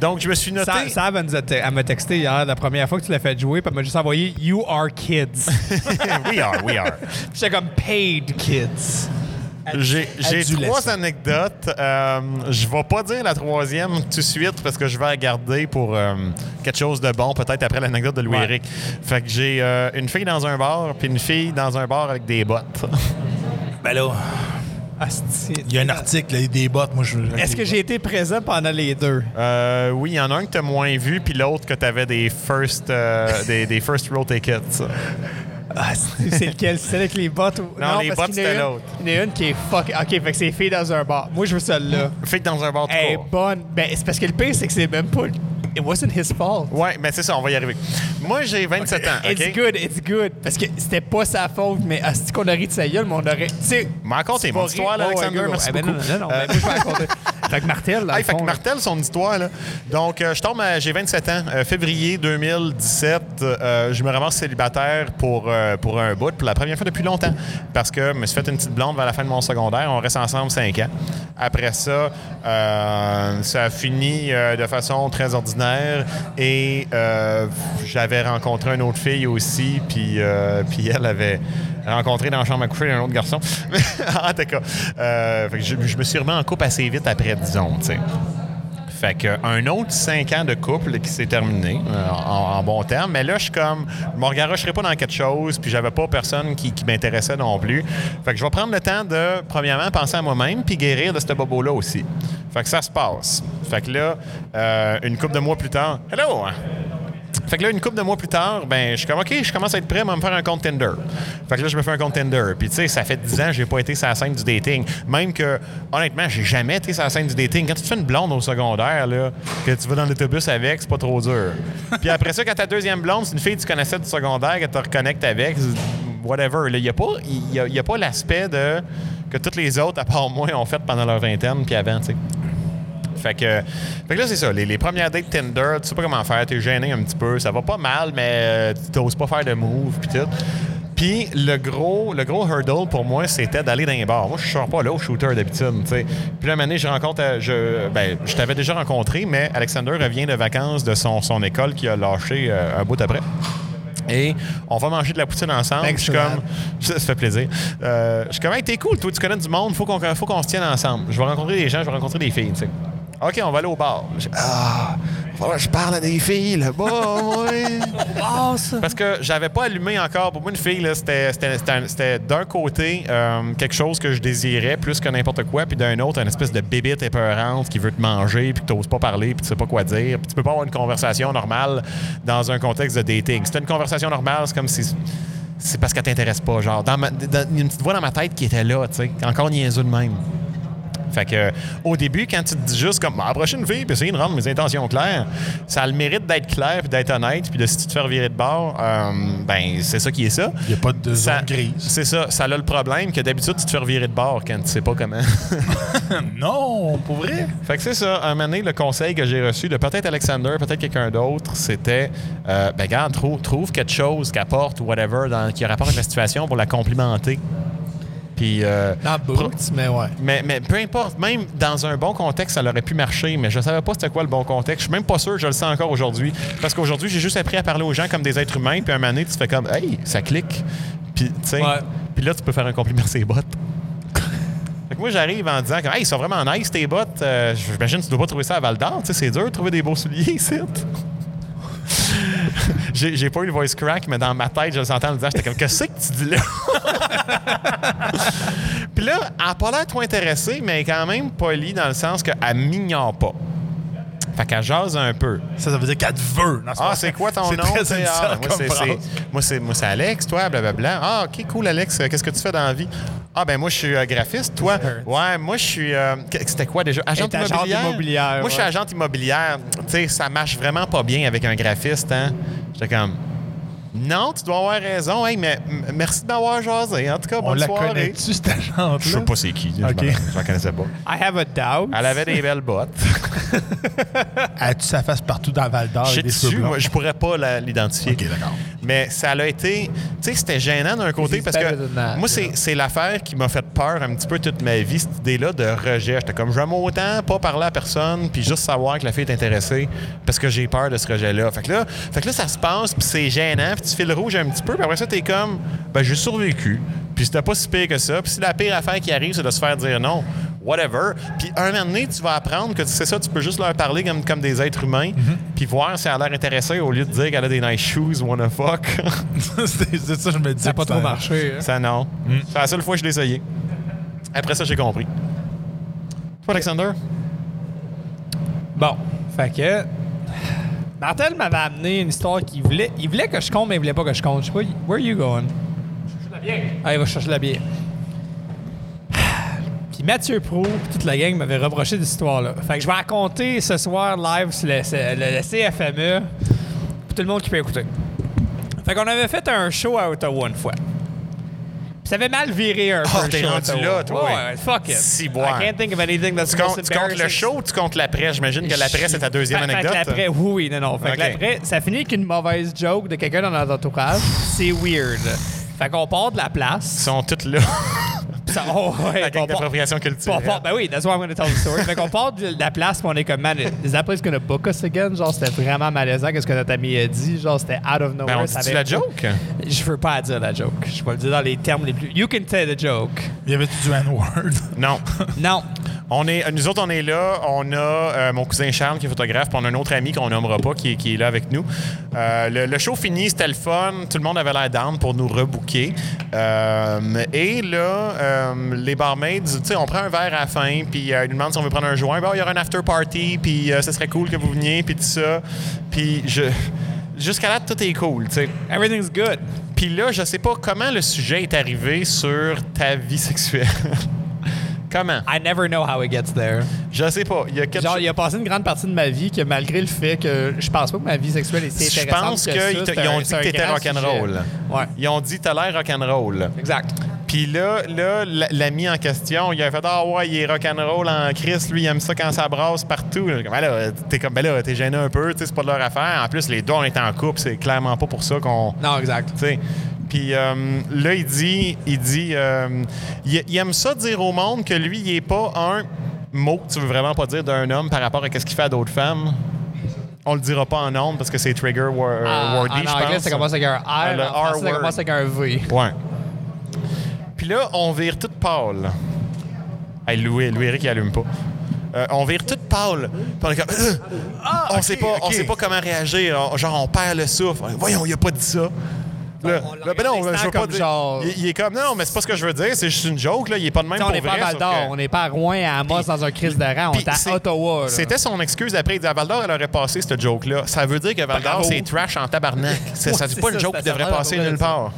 [SPEAKER 1] Donc, je me suis noté.
[SPEAKER 2] Sa- Sab, elle, nous a te- elle m'a texté hier la première fois que tu l'as fait jouer, puis elle m'a juste envoyé You are kids.
[SPEAKER 1] we are, we are.
[SPEAKER 2] J'étais comme paid kids.
[SPEAKER 1] J'ai j'ai
[SPEAKER 3] Adolescent.
[SPEAKER 1] trois anecdotes. Euh, je vais pas dire la troisième tout de suite parce que je vais la garder pour euh, quelque chose de bon, peut-être après l'anecdote de
[SPEAKER 2] Ouais.
[SPEAKER 1] Louis-Éric. Fait que j'ai euh, une fille dans un bar, puis une fille dans un bar avec des bottes.
[SPEAKER 3] Ben là,
[SPEAKER 2] Asti.
[SPEAKER 3] il y a un article, là, des bottes. Moi, je.
[SPEAKER 2] Est-ce que j'ai été présent pendant les deux?
[SPEAKER 1] Euh, oui, il y en a un que t'as moins vu, puis l'autre que t'avais des first, euh, des, des first row tickets.
[SPEAKER 2] Asti, c'est lequel? C'est avec les bottes? ou-
[SPEAKER 1] Non, les
[SPEAKER 2] parce
[SPEAKER 1] bottes,
[SPEAKER 2] qu'il y en
[SPEAKER 1] c'était
[SPEAKER 2] a une-
[SPEAKER 1] l'autre.
[SPEAKER 2] Il y en a une qui est fuck. OK, fait que c'est fille dans un bar. Moi, je veux celle-là.
[SPEAKER 1] Fille dans un bar de
[SPEAKER 2] Elle est
[SPEAKER 1] cours.
[SPEAKER 2] bonne. Ben, c'est parce que le pire, c'est que c'est même pas... It wasn't his fault.
[SPEAKER 1] Ouais, mais c'est ça, on va y arriver. Moi, j'ai 27 ans. OK?
[SPEAKER 2] It's good, it's good. Parce que c'était pas sa faute, mais asti qu'on a ri de sa gueule, mais on aurait... Tu sais,
[SPEAKER 1] Mais encore,
[SPEAKER 2] c'est
[SPEAKER 1] c'est
[SPEAKER 2] pas
[SPEAKER 1] mon
[SPEAKER 2] rire.
[SPEAKER 1] histoire, là,
[SPEAKER 2] Ouais, ouais,
[SPEAKER 1] Alexander.
[SPEAKER 2] go, go.
[SPEAKER 1] Merci
[SPEAKER 2] Eh ben
[SPEAKER 1] beaucoup.
[SPEAKER 2] Non, non, non,
[SPEAKER 1] Euh,
[SPEAKER 2] mais moi, je vais raconter. Fait que Martel, là,
[SPEAKER 1] Hey, Ah, fait que Martel, son histoire, là. Donc, euh, je tombe à. J'ai 27 ans. Euh, février 2017, euh, je me ramasse célibataire pour, euh, pour un bout, pour la première fois depuis longtemps. Parce que je me suis fait une petite blonde vers la fin de mon secondaire. On reste ensemble 5 ans. Après ça, euh, ça a fini euh, de façon très ordinaire. Et euh, j'avais rencontré une autre fille aussi. Puis, euh, puis elle avait rencontré dans la chambre à coucher un autre garçon. en tout cas, euh, fait que je, je me suis remis en couple assez vite après, disons. tu sais. Fait que un autre cinq ans de couple qui s'est terminé euh, en, en bon terme. Mais là, je suis comme, je me regarocherai pas dans quelque chose, puis j'avais pas personne qui, qui m'intéressait non plus. Fait que je vais prendre le temps de, premièrement, penser à moi-même, puis guérir de ce bobo-là aussi. Fait que ça se passe. Fait que là, euh, une couple de mois plus tard, hello! Fait que là, une couple de mois plus tard, ben, je suis comme, OK, je commence à être prêt à me faire un compte Tinder. Fait que là, je me fais un compte Tinder. Puis, tu sais, ça fait 10 ans que j'ai pas été sur la scène du dating. Même que, honnêtement, j'ai jamais été sur la scène du dating. Quand tu te fais une blonde au secondaire, là, que tu vas dans l'autobus avec, c'est pas trop dur. Puis après ça, quand ta deuxième blonde, c'est une fille que tu connaissais du secondaire, que tu reconnectes avec, whatever. Il n'y a pas, y a- y a pas l'aspect de que toutes les autres, à part moi, ont fait pendant leur vingtaine, puis avant, tu sais. Fait que, fait que là, c'est ça. Les, les premières dates Tinder, tu sais pas comment faire, t'es gêné un petit peu. Ça va pas mal, mais euh, tu t'oses pas faire de move, puis tout. Puis le gros, le gros hurdle pour moi, c'était d'aller dans les bars. Moi, je sors pas là au shooter d'habitude, tu sais. Puis là, un moment donné, je rencontre... euh, Je, ben, je t'avais déjà rencontré, mais Alexander revient de vacances de son, son école qui a lâché euh, un bout après. Et on va manger de la poutine ensemble. Je suis
[SPEAKER 2] Excellent.
[SPEAKER 1] comme, ça, ça fait plaisir. Euh, je suis comme, hey, t'es cool, toi, tu connais du monde, faut qu'on faut qu'on se tienne ensemble. Je vais rencontrer des gens, je vais rencontrer des filles, tu sais. OK, on va aller au bar. Je- Ah, faut que je parle à des filles là-bas, moi. Parce que j'avais pas allumé encore. Pour moi, une fille, là, c'était- c'était c'était un- c'était d'un côté euh, quelque chose que je désirais plus que n'importe quoi, puis d'un autre, une espèce de bébite épeurante qui veut te manger, puis que t'oses pas parler, puis tu sais pas quoi dire. Puis tu peux pas avoir une conversation normale dans un contexte de dating. Si t'as une conversation normale, c'est comme si. C'est parce qu'elle t'intéresse pas. Genre, dans ma- dans- il y a une petite voix dans ma tête qui était là, tu sais, encore niaiseux de même. Fait que, euh, au début, quand tu te dis juste comme, approcher une fille, puis essayer de rendre mes intentions claires, ça a le mérite d'être clair, puis d'être honnête, puis de si tu te fais virer de bord, euh, ben, c'est ça qui est ça.
[SPEAKER 3] Il n'y a pas de
[SPEAKER 1] Ça-
[SPEAKER 3] zone grise.
[SPEAKER 1] C'est ça. Ça a le problème que d'habitude, tu te fais virer de bord quand tu sais pas comment.
[SPEAKER 3] Non, pour vrai.
[SPEAKER 1] Fait que c'est ça. Un moment donné, le conseil que j'ai reçu de peut-être Alexander, peut-être quelqu'un d'autre, c'était euh, ben, regarde, trouve, trouve quelque chose qui apporte, whatever, dans, qui rapporte avec la situation pour la complimenter. Puis. euh,
[SPEAKER 2] Dans
[SPEAKER 1] pro-
[SPEAKER 2] brut, mais ouais.
[SPEAKER 1] mais, mais peu importe, même dans un bon contexte, ça aurait pu marcher, mais je savais pas c'était quoi le bon contexte. Je suis même pas sûr que je le sens encore aujourd'hui. Parce qu'aujourd'hui, j'ai juste appris à parler aux gens comme des êtres humains, puis un moment donné, tu te fais comme, hey, ça clique. Puis, tu sais,
[SPEAKER 2] Ouais.
[SPEAKER 1] puis là, tu peux faire un compliment sur ses bottes. Fait que moi, j'arrive en disant que, hey, ils sont vraiment nice, tes bottes. Euh, J'imagine que tu dois pas trouver ça à Val d'Or. Tu sais, c'est dur de trouver des beaux souliers ici. J'ai j'ai pas eu le voice crack, mais dans ma tête, je le sentais en le disant, j'étais comme, qu'est-ce que tu dis là? Puis là, elle n'a pas l'air trop intéressée, mais elle est quand même polie dans le sens qu'elle m'ignore pas. Fait qu'elle jase un peu.
[SPEAKER 3] Ça, ça veut dire qu'elle te veut. Non,
[SPEAKER 1] Ah,
[SPEAKER 3] pas-
[SPEAKER 1] c'est quoi ton
[SPEAKER 3] c'est
[SPEAKER 1] nom?
[SPEAKER 3] très
[SPEAKER 1] t'sais?
[SPEAKER 3] initial
[SPEAKER 1] Ah, moi,
[SPEAKER 3] comme
[SPEAKER 1] c'est-
[SPEAKER 3] phrase.
[SPEAKER 1] c'est- moi, c'est moi, c'est Alex, toi, blablabla. Ah, OK, cool, Alex. Euh, Qu'est-ce que tu fais dans la vie? Ah, ben moi, je suis euh, graphiste, toi. Ouais, moi, je suis. euh, que- C'était quoi déjà? Agente
[SPEAKER 2] Elle est agente
[SPEAKER 1] immobilière.
[SPEAKER 2] immobilière,
[SPEAKER 1] Moi, je suis
[SPEAKER 2] ouais.
[SPEAKER 1] agente immobilière. Tu sais, ça marche vraiment pas bien avec un graphiste, hein? J'étais comme. Non, tu dois avoir raison. Hey, mais m- merci de m'avoir jasé. En tout cas,
[SPEAKER 3] On
[SPEAKER 1] bonne
[SPEAKER 3] la
[SPEAKER 1] soirée.
[SPEAKER 3] connaît-tu, cette agente-là?
[SPEAKER 1] Je sais pas c'est qui.
[SPEAKER 3] Ok.
[SPEAKER 1] Je la connaissais pas.
[SPEAKER 2] I have a doubt.
[SPEAKER 1] Elle avait des belles bottes.
[SPEAKER 3] Elle tu sa face partout dans Val d'Or
[SPEAKER 1] Je
[SPEAKER 3] et des
[SPEAKER 1] dessus,
[SPEAKER 3] cheveux blancs?
[SPEAKER 1] moi, je pourrais pas la- l'identifier.
[SPEAKER 3] OK, d'accord.
[SPEAKER 1] Mais ça l'a été. Tu sais, c'était gênant d'un côté
[SPEAKER 2] This is
[SPEAKER 1] parce que
[SPEAKER 2] better than that,
[SPEAKER 1] moi, c'est c'est l'affaire qui m'a fait peur un petit peu toute ma vie, cette idée-là de rejet. J'étais comme, j'aime autant pas parler à personne puis juste savoir que la fille est intéressée parce que j'ai peur de ce rejet-là. Fait que là, fait que là, ça se passe puis c'est gênant puis tu fais le rouge un petit peu puis après ça, t'es comme, ben, j'ai survécu puis c'était pas si pire que ça. Puis si la pire affaire qui arrive, c'est de se faire dire non. Whatever. Puis un moment donné, tu vas apprendre que c'est ça, tu peux juste leur parler comme, comme des êtres humains,
[SPEAKER 2] Mm-hmm.
[SPEAKER 1] puis voir si elle a l'air intéressée au lieu de dire qu'elle a des nice shoes, wanna fuck.
[SPEAKER 3] c'est c'est ça, je me dis.
[SPEAKER 2] Ça n'a pas trop marché. hein.
[SPEAKER 1] Ça, non. C'est la seule fois que je l'ai essayé. Après ça, j'ai compris. Toi, Alexander?
[SPEAKER 2] Bon, fait que. Martel m'avait amené une histoire qu'il voulait. Il voulait que je compte, mais il voulait pas que je compte. Je sais pas, where are you going? Ah, il va chercher la bière. Puis Mathieu Prou, puis toute la gang m'avait reproché cette histoire-là. Fait que je vais raconter ce soir live sur le, le- le CFME E. pour tout le monde qui peut écouter. Fait qu'on avait fait un show à Ottawa une fois. Puis ça avait mal viré un
[SPEAKER 1] Ah,
[SPEAKER 2] peu. le
[SPEAKER 1] t'es
[SPEAKER 2] show à
[SPEAKER 1] rendu
[SPEAKER 2] Ottawa.
[SPEAKER 1] là, toi,
[SPEAKER 2] Ouais,
[SPEAKER 1] oui.
[SPEAKER 2] ouais, fuck it.
[SPEAKER 1] Si, boire.
[SPEAKER 2] I can't think of anything that's
[SPEAKER 1] Tu comptes,
[SPEAKER 2] most
[SPEAKER 1] tu comptes le
[SPEAKER 2] embarrassing.
[SPEAKER 1] show ou tu comptes l'après? J'imagine que l'après, c'est ta deuxième
[SPEAKER 2] Fait- fait
[SPEAKER 1] anecdote.
[SPEAKER 2] que l'après, oui, oui, non, non. Fait que
[SPEAKER 1] Ok.
[SPEAKER 2] l'après, ça finit avec une mauvaise joke de quelqu'un dans notre entourage. C'est weird. Fait qu'on part de la
[SPEAKER 1] Ils
[SPEAKER 2] place.
[SPEAKER 1] sont toutes là.
[SPEAKER 2] Ça- oh, ouais,
[SPEAKER 1] la
[SPEAKER 2] on
[SPEAKER 1] gang
[SPEAKER 2] part-
[SPEAKER 1] d'appropriation
[SPEAKER 2] on
[SPEAKER 1] culturelle.
[SPEAKER 2] part- ben oui, that's why I'm gonna tell the story. fait qu'on part de la place, puis on est comme, man, is that place gonna book us again? Genre, c'était vraiment malaisant, qu'est-ce que notre ami a dit? Genre, c'était out of nowhere.
[SPEAKER 1] Ben, on
[SPEAKER 2] ça
[SPEAKER 1] dit-tu
[SPEAKER 2] avait-
[SPEAKER 1] la joke?
[SPEAKER 2] Je veux pas dire la joke. Je vais le dire dans les termes les plus. You can tell the joke.
[SPEAKER 3] Il y avait du N-word.
[SPEAKER 1] Non.
[SPEAKER 2] Non.
[SPEAKER 1] On est, nous autres, on est là. On a euh, mon cousin Charles qui est photographe, puis on a un autre ami qu'on nommera pas qui, est- qui est là avec nous. Euh, le, le show fini, c'était le fun. Tout le monde avait l'air down pour nous rebooker. Euh, et là, euh, les barmaids, tu sais, on prend un verre à la fin, puis euh, ils nous demandent si on veut prendre un joint. Ben, il y aura un after party, puis euh, ce serait cool que vous veniez, puis tout ça. Puis je. Jusqu'à là, tout est cool, tu sais.
[SPEAKER 2] Everything's good.
[SPEAKER 1] Puis là, je sais pas comment le sujet est arrivé sur ta vie sexuelle. comment?
[SPEAKER 2] I never know how it gets there.
[SPEAKER 1] Je sais pas. Il y a quelque
[SPEAKER 2] Ah. Genre, il a passé une grande partie de ma vie que malgré le fait que je pense pas que ma vie sexuelle est si
[SPEAKER 1] Je
[SPEAKER 2] intéressante
[SPEAKER 1] pense
[SPEAKER 2] que
[SPEAKER 1] que
[SPEAKER 2] ça,
[SPEAKER 1] ils te-
[SPEAKER 2] c'est
[SPEAKER 1] ils ont
[SPEAKER 2] un-
[SPEAKER 1] dit
[SPEAKER 2] c'est
[SPEAKER 1] que
[SPEAKER 2] un
[SPEAKER 1] t'étais
[SPEAKER 2] grand
[SPEAKER 1] rock'n'roll.
[SPEAKER 2] sujet. Ouais,
[SPEAKER 1] Ils ont dit, t'as l'air rock'n'roll.
[SPEAKER 2] exact.
[SPEAKER 1] Puis là, là, la- l'ami en question, il a fait Ah ouais, il est rock'n'roll en crise, lui, il aime ça quand ça brasse partout. J'ai comme, Ben là, t'es comme, ben là, t'es gêné un peu, tu sais, c'est pas de leur affaire. En plus, les deux, on est en couple, c'est clairement pas pour ça qu'on.
[SPEAKER 2] Non, exact.
[SPEAKER 1] Tu sais. Puis euh, là, il dit, il dit, euh, il, il aime ça dire au monde que lui, il est pas un mot que tu veux vraiment pas dire d'un homme par rapport à ce qu'il fait à d'autres femmes. On le dira pas en nombre parce que c'est Trigger wor- Worthy,
[SPEAKER 2] En, Ah, en
[SPEAKER 1] je pense. Ah,
[SPEAKER 2] anglais, ça commence avec un R.
[SPEAKER 1] Le
[SPEAKER 2] en français, ça
[SPEAKER 1] R-word.
[SPEAKER 2] commence avec un V.
[SPEAKER 1] Ouais. Puis là, on vire toute pâle. Hey, Louis, Louis Eric, il allume pas. Euh, on vire toute pâle. Puis on est comme, Euh!
[SPEAKER 2] Ah,
[SPEAKER 1] on
[SPEAKER 3] ok,
[SPEAKER 1] sait pas, on
[SPEAKER 3] ok.
[SPEAKER 1] sait pas comment réagir. On- genre, on perd le souffle. On est, Voyons, il a pas dit ça. Là,
[SPEAKER 2] on le
[SPEAKER 1] là, ben non,
[SPEAKER 2] regarde
[SPEAKER 1] je veux
[SPEAKER 2] instant
[SPEAKER 1] pas
[SPEAKER 2] comme
[SPEAKER 1] dire-
[SPEAKER 2] genre-
[SPEAKER 1] Il, il est comme, non, mais c'est pas ce que je veux dire. C'est juste une joke. Là. Il est pas de même
[SPEAKER 2] Tu sais,
[SPEAKER 1] pour
[SPEAKER 2] on n'est pas à
[SPEAKER 1] vrai.
[SPEAKER 2] Val
[SPEAKER 1] sauf
[SPEAKER 2] d'Or,
[SPEAKER 1] que-
[SPEAKER 2] on n'est pas à Rouen, à Amos, dans un crise de rang, on
[SPEAKER 1] Puis
[SPEAKER 2] est à
[SPEAKER 1] c'est-
[SPEAKER 2] Ottawa. là.
[SPEAKER 1] C'était son excuse après. Il disait à Val d'Or, elle aurait passé cette joke-là. Ça veut dire que Val d'Or,
[SPEAKER 2] Bravo.
[SPEAKER 1] c'est trash en tabarnak. C'est- ça,
[SPEAKER 2] Ouais,
[SPEAKER 1] c'est
[SPEAKER 2] c'est
[SPEAKER 1] pas
[SPEAKER 2] ça,
[SPEAKER 1] une joke qui
[SPEAKER 2] c'est
[SPEAKER 1] devrait
[SPEAKER 2] ça,
[SPEAKER 1] passer
[SPEAKER 2] ça.
[SPEAKER 1] nulle part.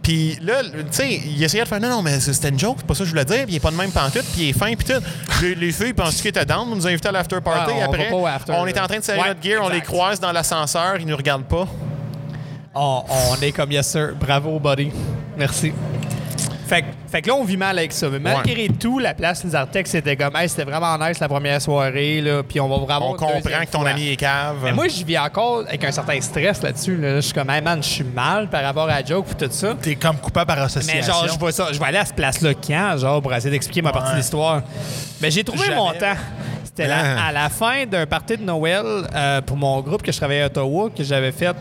[SPEAKER 1] Puis là, tu sais, il essayait de faire non, non, mais c'était une joke, c'est pas ça que je voulais dire. Puis il est pas de même pantoute, puis il est fin, puis tout. Les, les filles pensent qu'il était down, nous nous invités à l'after party.
[SPEAKER 2] Ouais, Ah, on
[SPEAKER 1] après,
[SPEAKER 2] va pas au after,
[SPEAKER 1] on
[SPEAKER 2] là.
[SPEAKER 1] est en train de serrer
[SPEAKER 2] Ouais,
[SPEAKER 1] notre gear, on les
[SPEAKER 2] exact.
[SPEAKER 1] croise dans l'ascenseur, ils nous regardent pas.
[SPEAKER 2] On, on est comme yes sir. Bravo, buddy. Merci. Fait, que- fait que là, on vit mal avec ça. Mais malgré tout, la place des Artex, c'était comme, hey, c'était vraiment nice la première soirée, là, puis on va vraiment.
[SPEAKER 1] On comprend que ton ami est cave.
[SPEAKER 2] Mais moi, je vis encore avec un certain stress là-dessus. là. Je suis comme, hey man, je suis mal par rapport à la joke et tout ça.
[SPEAKER 3] T'es comme coupable par association.
[SPEAKER 2] Mais genre, je vois ça. Je vais aller à cette place-là quand, genre, pour essayer d'expliquer ma partie
[SPEAKER 3] Ouais.
[SPEAKER 2] de l'histoire. Mais j'ai trouvé
[SPEAKER 3] Jamais.
[SPEAKER 2] mon temps. C'était la-
[SPEAKER 1] Ah.
[SPEAKER 2] à la fin d'un party de Noël euh, pour mon groupe que je travaillais à Ottawa, que j'avais fait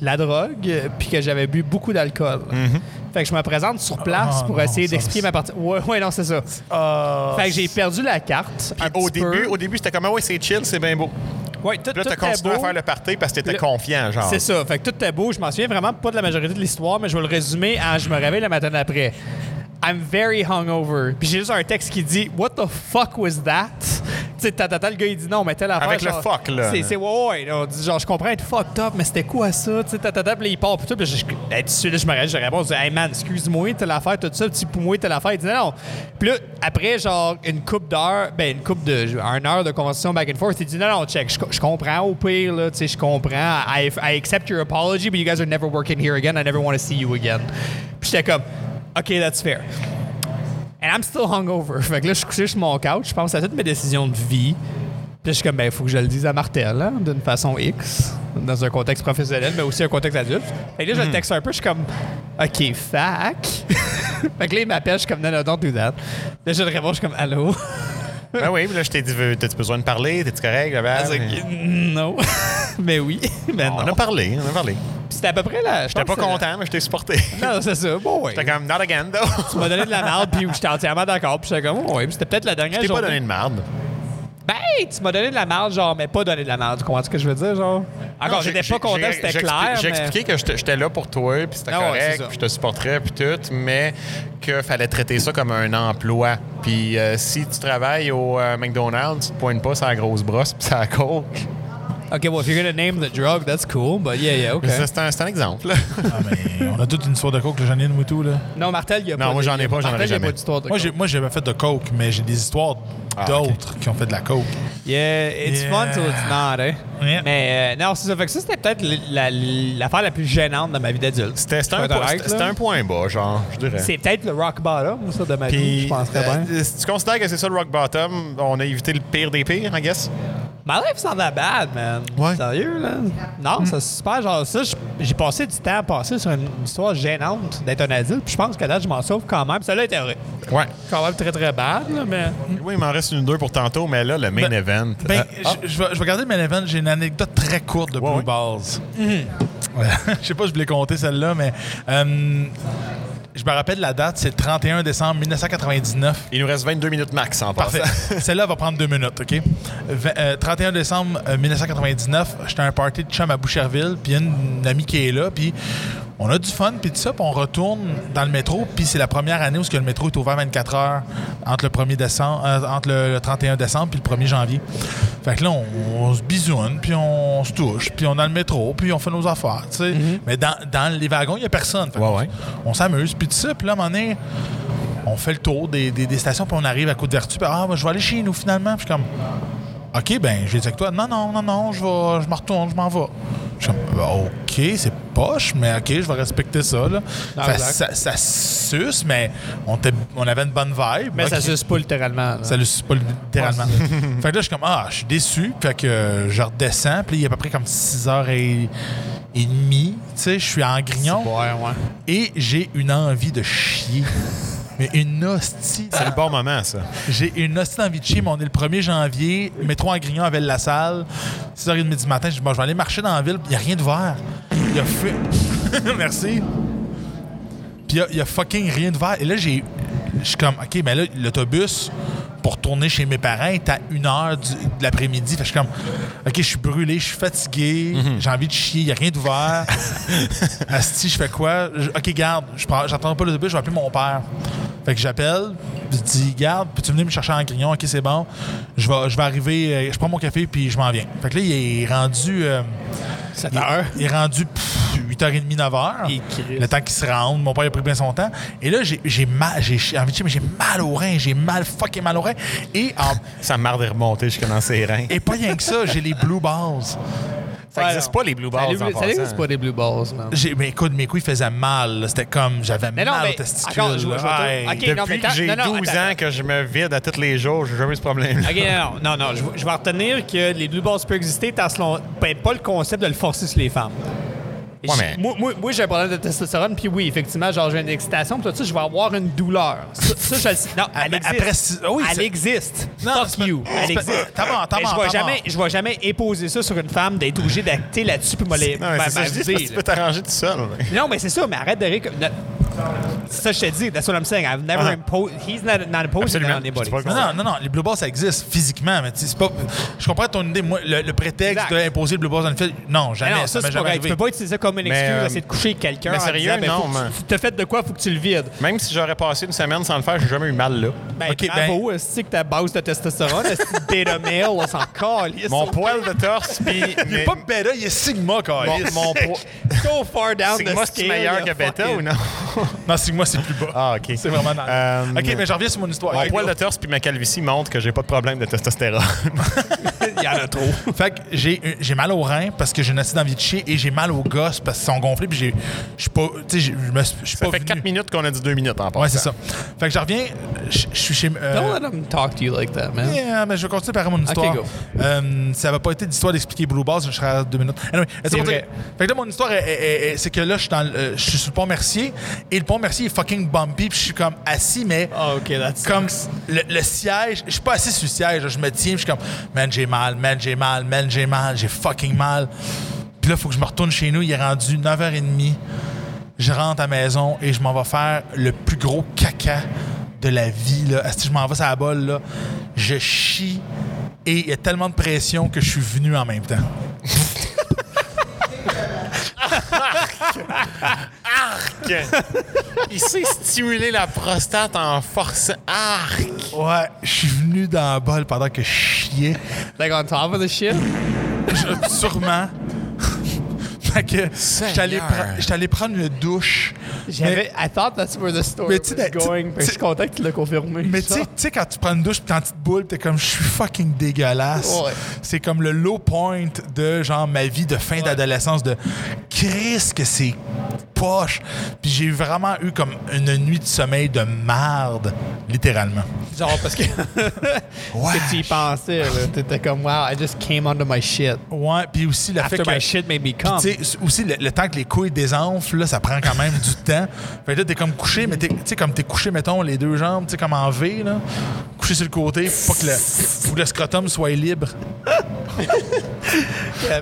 [SPEAKER 2] de la drogue, euh, puis que j'avais bu beaucoup d'alcool.
[SPEAKER 1] Mm-hmm.
[SPEAKER 2] Fait que je me présente sur place
[SPEAKER 3] Ah,
[SPEAKER 2] pour
[SPEAKER 3] non,
[SPEAKER 2] essayer
[SPEAKER 3] ça,
[SPEAKER 2] d'expliquer
[SPEAKER 3] c'est-
[SPEAKER 2] ma partie. Ouais, ouais, non, c'est ça.
[SPEAKER 3] Ah,
[SPEAKER 2] Fait que j'ai perdu la carte. un
[SPEAKER 1] au,
[SPEAKER 2] petit peu.
[SPEAKER 1] début, au début, c'était comme, ah ouais, c'est chill, c'est bien beau.
[SPEAKER 2] ouais, tout,
[SPEAKER 1] Puis là,
[SPEAKER 2] tout
[SPEAKER 1] t'as
[SPEAKER 2] était
[SPEAKER 1] continué à
[SPEAKER 2] beau.
[SPEAKER 1] faire le party parce que t'étais
[SPEAKER 2] Le-
[SPEAKER 1] confiant, genre.
[SPEAKER 2] C'est ça. Fait que tout était beau. Je m'en souviens vraiment pas de la majorité de l'histoire, mais je vais le résumer à je me réveille le matin d'après. I'm very hungover. Puis j'ai juste un texte qui dit What the fuck was that? Tu sais, tatata, le gars, il dit non, mais telle affaire.
[SPEAKER 1] Avec le
[SPEAKER 2] genre,
[SPEAKER 1] fuck, là.
[SPEAKER 2] C'est, c'est ouais, ouais. là. On dit genre, je comprends être fucked up, mais c'était quoi ça? Tu sais, tatata, puis là, il part, puis tout. Puis je, je, là-dessus, là, je me réveille, je réponds, je dis, hey man, excuse-moi, telle affaire, tout ça, petit pour moi, telle affaire. Il dit non. Puis là, après, genre, une coupe d'heure, ben, une coupe de. un heure de conversation back and forth, il dit non, non, check, je, co- je comprends au pire, là, tu sais, je comprends. I, I accept your apology, but you guys are never working here again. I never want to see you again. Puis j'étais comme, OK, that's fair. And I'm still hungover. Fait que là, je suis couché sur mon couch, je pense à toutes mes décisions de vie. Puis là, je suis comme, ben, faut que je le dise à Martel, hein, d'une façon X, dans un contexte professionnel, mais aussi un contexte adulte. Fait que là, je
[SPEAKER 1] Hmm.
[SPEAKER 2] le texte un peu, je suis comme, OK, fac. fait que là, il m'appelle, je suis comme, non, non, don't do that. Là, je le réponds, je suis comme, allô?
[SPEAKER 1] Ben oui, puis là, je t'ai dit, veux- t'as-tu besoin de parler? T'es-tu correct? blablabla?
[SPEAKER 2] Ah, C'est que, non. mais oui, mais
[SPEAKER 1] On
[SPEAKER 2] non.
[SPEAKER 1] a parlé, on a parlé.
[SPEAKER 2] Puis c'était à peu près là.
[SPEAKER 1] J'étais pas content, mais je t'ai supporté.
[SPEAKER 2] Non, c'est ça. Bon, ouais.
[SPEAKER 1] J'étais comme, not again, though.
[SPEAKER 2] Tu m'as donné de la merde, puis j'étais entièrement d'accord. Puis j'étais comme, oh, ouais, puis c'était peut-être la dernière
[SPEAKER 1] Je t'ai pas
[SPEAKER 2] journée.
[SPEAKER 1] donné de merde.
[SPEAKER 2] Ben, tu m'as donné de la marge, genre, mais pas donné de la marge. Comment est-ce que je veux dire, genre? Encore,
[SPEAKER 1] Non,
[SPEAKER 2] Ah, j'étais
[SPEAKER 1] j'ai-
[SPEAKER 2] pas content,
[SPEAKER 1] j'ai-
[SPEAKER 2] c'était
[SPEAKER 1] j'ai
[SPEAKER 2] clair.
[SPEAKER 1] expli- J'ai
[SPEAKER 2] mais-
[SPEAKER 1] expliqué que j'étais j'étais là pour toi, puis c'était
[SPEAKER 2] Ah ouais, c'est
[SPEAKER 1] correct,
[SPEAKER 2] ça.
[SPEAKER 1] puis je te supporterais, puis tout, mais qu'il fallait traiter ça comme un emploi. Puis euh, si tu travailles au euh, McDonald's, tu te pointes pas sur la grosse brosse puis ça coke.
[SPEAKER 2] OK, well, if you're gonna name the drug, that's cool, but yeah, yeah, OK.
[SPEAKER 1] Mais ça, C'est un, c'est un exemple. là.
[SPEAKER 3] Ah, mais on a toute une histoire de coke, le Janine Moutou, là.
[SPEAKER 2] Non, Martel, il y a
[SPEAKER 1] Non,
[SPEAKER 2] pas...
[SPEAKER 1] moi,
[SPEAKER 2] de-
[SPEAKER 1] j'en ai pas, j'en
[SPEAKER 2] Martel,
[SPEAKER 1] aurais
[SPEAKER 2] il y a
[SPEAKER 1] jamais.
[SPEAKER 2] pas d'histoire de
[SPEAKER 3] Moi,
[SPEAKER 2] coke.
[SPEAKER 3] j'ai, moi, j'ai pas fait de coke, mais j'ai des histoires
[SPEAKER 1] Ah,
[SPEAKER 3] d'autres qui ont fait de la coke.
[SPEAKER 2] Yeah, it's
[SPEAKER 3] Yeah.
[SPEAKER 2] fun till it's not, hein?
[SPEAKER 3] Yeah.
[SPEAKER 2] Mais euh, non, c'est ça. Fait que ça, c'était peut-être la- l'affaire la plus gênante de ma vie d'adulte.
[SPEAKER 1] C'était c'était
[SPEAKER 2] Je vais
[SPEAKER 1] un,
[SPEAKER 2] être
[SPEAKER 1] point-
[SPEAKER 2] honnête,
[SPEAKER 1] c'était- c'était
[SPEAKER 2] là.
[SPEAKER 1] un point bas, genre, je dirais.
[SPEAKER 2] C'est peut-être le rock bottom, ça, de ma vie,
[SPEAKER 1] Puis,
[SPEAKER 2] je penserais bien.
[SPEAKER 1] euh, si tu considères que c'est ça le rock bottom, on a évité le pire des pires, I guess?
[SPEAKER 2] My life s'en va bad, man.
[SPEAKER 1] Ouais.
[SPEAKER 2] Sérieux, là? Non, ça c'est super. Genre, ça, j'- j'ai passé du temps à passer sur une une histoire gênante d'être un adulte. Puis je pense que là, je m'en sauve quand même. Celle-là était vrai.
[SPEAKER 1] Ouais.
[SPEAKER 2] Quand même très, très bad, là, mais.
[SPEAKER 1] Mm. Oui, il m'en reste une ou deux pour tantôt, mais là, le main
[SPEAKER 3] Ben-
[SPEAKER 1] event.
[SPEAKER 3] Ben,
[SPEAKER 1] Euh,
[SPEAKER 3] je- je vais je vais regarder le main event. J'ai une anecdote très courte de Blue
[SPEAKER 1] ouais.
[SPEAKER 3] Balls. Ouais. je sais pas si je voulais compter celle-là, mais euh, je me rappelle la date, c'est le 31 décembre 1999.
[SPEAKER 1] Il nous reste 22 minutes max en
[SPEAKER 3] Parfait.
[SPEAKER 1] passant.
[SPEAKER 3] Celle-là va prendre deux minutes, OK? V- euh, 31 décembre euh, 1999, j'étais à un party de chum à Boucherville, puis il y a une, une amie qui est là, puis on a du fun, puis tout ça, puis on retourne dans le métro, puis c'est la première année où ce que le métro est ouvert 24 heures entre le, 1er décembre, euh, entre le, le 31 décembre puis le 1er janvier. Fait que là, on, on se bisoune, puis on se touche, puis on est dans le métro, puis on fait nos affaires, tu sais. Mais dans, dans les wagons, il n'y a personne. Fait
[SPEAKER 1] Ouais,
[SPEAKER 3] qu'on-
[SPEAKER 1] ouais.
[SPEAKER 3] On s'amuse, puis tout ça, puis là, à un moment donné, on fait le tour des, des- des stations, puis on arrive à Côte vertu puis ah, moi, je vais aller chez nous finalement. Puis je suis comme, OK, ben, je vais dire avec toi, non, non, non, non, je vais, je me retourne, je m'en vais. Je suis comme, Ben, OK, c'est poche, mais OK, je vais respecter ça. Là.
[SPEAKER 2] Non,
[SPEAKER 3] ça,
[SPEAKER 2] exact.
[SPEAKER 3] ça- ça suce, mais on, était- on avait une bonne vibe.
[SPEAKER 2] Mais ça
[SPEAKER 3] OK.
[SPEAKER 2] suce pas littéralement. là.
[SPEAKER 3] Ça le suce pas littéralement. fait que là, je suis comme, ah, je suis déçu. Fait que euh, je redescends. Puis là, il est à peu près comme 6h30. Et, et demie. tu sais, je suis en grignon.
[SPEAKER 2] Ouais, ouais.
[SPEAKER 3] Et j'ai une envie de chier. Mais une hostie.
[SPEAKER 1] C'est le bon moment, ça.
[SPEAKER 3] J'ai une hostie envie de chier, mais on est le 1er janvier. Métro en grignon avec la salle. 6h30 du matin, je dis, bon, je vais aller marcher dans la ville. Il n'y a rien de vert. Il y a fait. Merci. Puis il y a- il y, a fucking rien de vert. Et là, j'ai. Je suis comme, OK, mais là, l'autobus pour retourner chez mes parents est à 1 h de l'après-midi. Fait que je suis comme, OK, je suis brûlé, je suis fatigué, j'ai envie de chier, il n'y a rien d'ouvert. Asti, je fais quoi? Je- OK, garde, je prends- j'attends pas l'autobus, je vais appeler mon père. Fait que j'appelle, je dis, garde, peux-tu venir me chercher en grignon? OK, c'est bon. Je vais, je vais arriver, euh, je prends mon café, puis je m'en viens. Fait que là, il est rendu. euh,
[SPEAKER 2] Ça
[SPEAKER 3] il, il est rendu pff, 8h30, 9h.
[SPEAKER 2] Et Christ.
[SPEAKER 3] Le temps qu'il se rende. Mon père a pris bien son temps. Et là, j'ai j'ai mal, j'ai j'ai envie de dire, mais j'ai mal au rein. J'ai mal, fucking mal au rein. Et, en-
[SPEAKER 1] Ça marre de remonter jusqu'à dans ses reins.
[SPEAKER 3] et pas rien que ça, j'ai les blue balls.
[SPEAKER 1] Ça n'existe pas, les Blue Balls, en
[SPEAKER 4] Ça
[SPEAKER 1] passant.
[SPEAKER 4] n'existe pas des Blue Balls, man.
[SPEAKER 3] J'ai- Mais écoute, mes couilles faisaient mal. là. C'était comme, j'avais
[SPEAKER 2] Mais
[SPEAKER 3] mal
[SPEAKER 2] non, mais-
[SPEAKER 3] aux testicules.
[SPEAKER 2] encore, je vois- je vois
[SPEAKER 3] là.
[SPEAKER 2] tout. Ok,
[SPEAKER 3] Aïe.
[SPEAKER 2] non, mais
[SPEAKER 1] Depuis
[SPEAKER 2] t'as-
[SPEAKER 1] que j'ai
[SPEAKER 2] non, non,
[SPEAKER 1] 12
[SPEAKER 2] attends.
[SPEAKER 1] ans que je me vide à tous les jours, j'ai jamais eu ce problème
[SPEAKER 2] OK, non, non, non, non, je, vais- je vais retenir que les Blue Balls peuvent exister tant que l'on- ben, pas le concept de le forcer sur les femmes.
[SPEAKER 1] Ouais,
[SPEAKER 2] J'ai-
[SPEAKER 1] mais-
[SPEAKER 2] Moi, moi- moi, j'ai un problème de testostérone, puis oui, effectivement, genre, j'ai une excitation, puis tout ça, je vais avoir une douleur. Ça, ça, je le sais. Non, elle
[SPEAKER 3] mais
[SPEAKER 2] existe.
[SPEAKER 3] après six- ah oui,
[SPEAKER 2] elle
[SPEAKER 3] c'est-
[SPEAKER 2] existe.
[SPEAKER 3] Non, c'est
[SPEAKER 2] Fuck
[SPEAKER 3] pas-
[SPEAKER 2] you. Elle
[SPEAKER 3] c'est pas-
[SPEAKER 2] existe.
[SPEAKER 3] T'as mort, t'as
[SPEAKER 2] Mais
[SPEAKER 3] mort,
[SPEAKER 2] je vais
[SPEAKER 3] t'as
[SPEAKER 2] jamais-
[SPEAKER 3] mort.
[SPEAKER 2] Je vais jamais époser ça sur une femme, d'être obligé d'acter là-dessus, puis me les.
[SPEAKER 1] Non, mais
[SPEAKER 2] me-
[SPEAKER 1] c'est ça,
[SPEAKER 2] me
[SPEAKER 1] je dis,
[SPEAKER 2] viser,
[SPEAKER 1] parce que tu
[SPEAKER 2] Ben,
[SPEAKER 1] peux
[SPEAKER 2] là.
[SPEAKER 1] t'arranger tout seul.
[SPEAKER 2] Non, mais c'est ça, mais arrête de rire comme. C'est ça que je te dis, that's what I'm saying. I've never
[SPEAKER 1] Ah.
[SPEAKER 2] imposed. He's not, not imposing
[SPEAKER 1] Absolument.
[SPEAKER 2] on anybody.
[SPEAKER 1] Je dis pas
[SPEAKER 3] Non, non, non, non, les blue balls, ça existe physiquement, mais tu sais, c'est pas. Je comprends ton idée. Moi, le, le prétexte
[SPEAKER 2] Exact.
[SPEAKER 3] d'imposer le blue balls dans le film, non,
[SPEAKER 2] Mais
[SPEAKER 3] jamais.
[SPEAKER 2] non, ça,
[SPEAKER 3] m'est
[SPEAKER 2] c'est pas
[SPEAKER 3] jamais
[SPEAKER 2] vrai. Tu
[SPEAKER 3] arrivé.
[SPEAKER 2] peux pas utiliser ça comme une
[SPEAKER 1] Mais,
[SPEAKER 2] excuse
[SPEAKER 1] euh,
[SPEAKER 2] d'essayer de coucher avec quelqu'un.
[SPEAKER 1] mais
[SPEAKER 2] en
[SPEAKER 1] sérieux,
[SPEAKER 2] disant, ben,
[SPEAKER 1] non,
[SPEAKER 2] faut que
[SPEAKER 1] mais-
[SPEAKER 2] tu- Tu te fait de quoi, faut que tu le vides.
[SPEAKER 1] Même si j'aurais passé une semaine sans le faire, j'ai jamais eu mal là.
[SPEAKER 2] Ben,
[SPEAKER 3] Ok,
[SPEAKER 2] bravo, euh, c'est que ta base de testostérone, est-ce que beta male, on s'en calisse.
[SPEAKER 1] Mon
[SPEAKER 2] On-
[SPEAKER 1] poil de torse, puis.
[SPEAKER 3] Il est
[SPEAKER 1] mes-
[SPEAKER 3] pas bêta, il est Sigma, quand
[SPEAKER 1] mon, mon poil.
[SPEAKER 2] Go far down the
[SPEAKER 1] Sigma, c'est
[SPEAKER 2] scale,
[SPEAKER 1] meilleur
[SPEAKER 2] là,
[SPEAKER 1] que Beta
[SPEAKER 2] fucking-
[SPEAKER 1] ou non?
[SPEAKER 3] Non, Sigma, c'est plus bas.
[SPEAKER 1] Ah, OK.
[SPEAKER 3] C'est vraiment dans le-
[SPEAKER 1] Euh,
[SPEAKER 3] OK, mais je reviens sur mon histoire.
[SPEAKER 1] Mon
[SPEAKER 3] Ok.
[SPEAKER 1] poil de torse puis ma calvitie montrent que j'ai pas de problème de testostérone.
[SPEAKER 2] Il y en a trop.
[SPEAKER 3] Fait que j'ai j'ai mal aux reins parce que j'ai une acide envie de chier et j'ai mal aux gosses parce qu'ils sont gonflés puis j'ai je suis pas tu sais j'ai- je me suis- je suis
[SPEAKER 1] Ça
[SPEAKER 3] pas
[SPEAKER 1] fait
[SPEAKER 3] venu.
[SPEAKER 1] 4 minutes qu'on a dit 2 minutes en passant.
[SPEAKER 3] Ouais, c'est ça. Fait que je reviens je je suis chez
[SPEAKER 2] Ah
[SPEAKER 3] euh,
[SPEAKER 4] Don't let them talk to you like that, man.
[SPEAKER 3] yeah, mais je vais continuer par mon histoire.
[SPEAKER 4] go.
[SPEAKER 3] Euh, ça va pas été d'histoire d'expliquer Blue Balls, je serai à deux minutes. Anyway, c'est pour
[SPEAKER 2] vrai.
[SPEAKER 3] dire- Fait que là, mon histoire, est- est- est- c'est que là, je suis, dans, le- euh, je suis sur le pont Mercier et le pont Mercier est fucking bumpy puis je suis comme assis, mais
[SPEAKER 2] Ah, OK, that's
[SPEAKER 3] comme le, le siège, je suis pas assis sur le siège, là, je me tiens, je suis comme man j'ai mal, man j'ai mal, man j'ai mal, j'ai fucking mal. Puis là, faut que je me retourne chez nous, il est rendu 9h30. Je rentre à la maison et je m'en vais faire le plus gros caca de la vie là. Asti, je m'en vais à la bolle là, je chie et il y a tellement de pression que je suis venu en même temps.
[SPEAKER 1] Il sait stimuler la prostate en force arc.
[SPEAKER 3] Ouais, je suis venu dans la bolle pendant que je chiais.
[SPEAKER 4] Like on top of the shit.
[SPEAKER 3] Je- sûrement. fait que j'étais allé,
[SPEAKER 1] Seigneur.
[SPEAKER 3] pre- j'étais allé prendre une douche.
[SPEAKER 4] J'avais. I thought that's where the story
[SPEAKER 3] Mais
[SPEAKER 4] was
[SPEAKER 3] tu sais, tu-
[SPEAKER 4] going. mais
[SPEAKER 3] tu-
[SPEAKER 4] Je suis content que tu l'as confirmé.
[SPEAKER 3] Mais tu sais- tu sais, quand tu prends une douche pis quand tu te boules, t'es comme, je suis fucking dégueulasse.
[SPEAKER 4] Ouais.
[SPEAKER 3] C'est comme le low point de, genre, ma vie de fin d'adolescence, de Chris, que c'est poche. Puis j'ai vraiment eu comme une nuit de sommeil de marde, littéralement.
[SPEAKER 2] Genre, parce que.
[SPEAKER 3] Ouais.
[SPEAKER 2] que tu y pensais, là.
[SPEAKER 4] T'étais comme, wow, I just came onto my shit.
[SPEAKER 3] Ouais, puis aussi le fait
[SPEAKER 2] After
[SPEAKER 3] que.
[SPEAKER 2] my shit made me
[SPEAKER 3] Puis,
[SPEAKER 2] come.
[SPEAKER 3] tu sais, c'est aussi, le, le temps que les couilles désenflent, là, ça prend quand même du temps. Fait que là, t'es comme couché, mais t'es- tu sais, comme t'es couché, mettons, les deux jambes, tu sais, comme en V, là, couché sur le côté, pour pas que le, pour que le scrotum soit libre.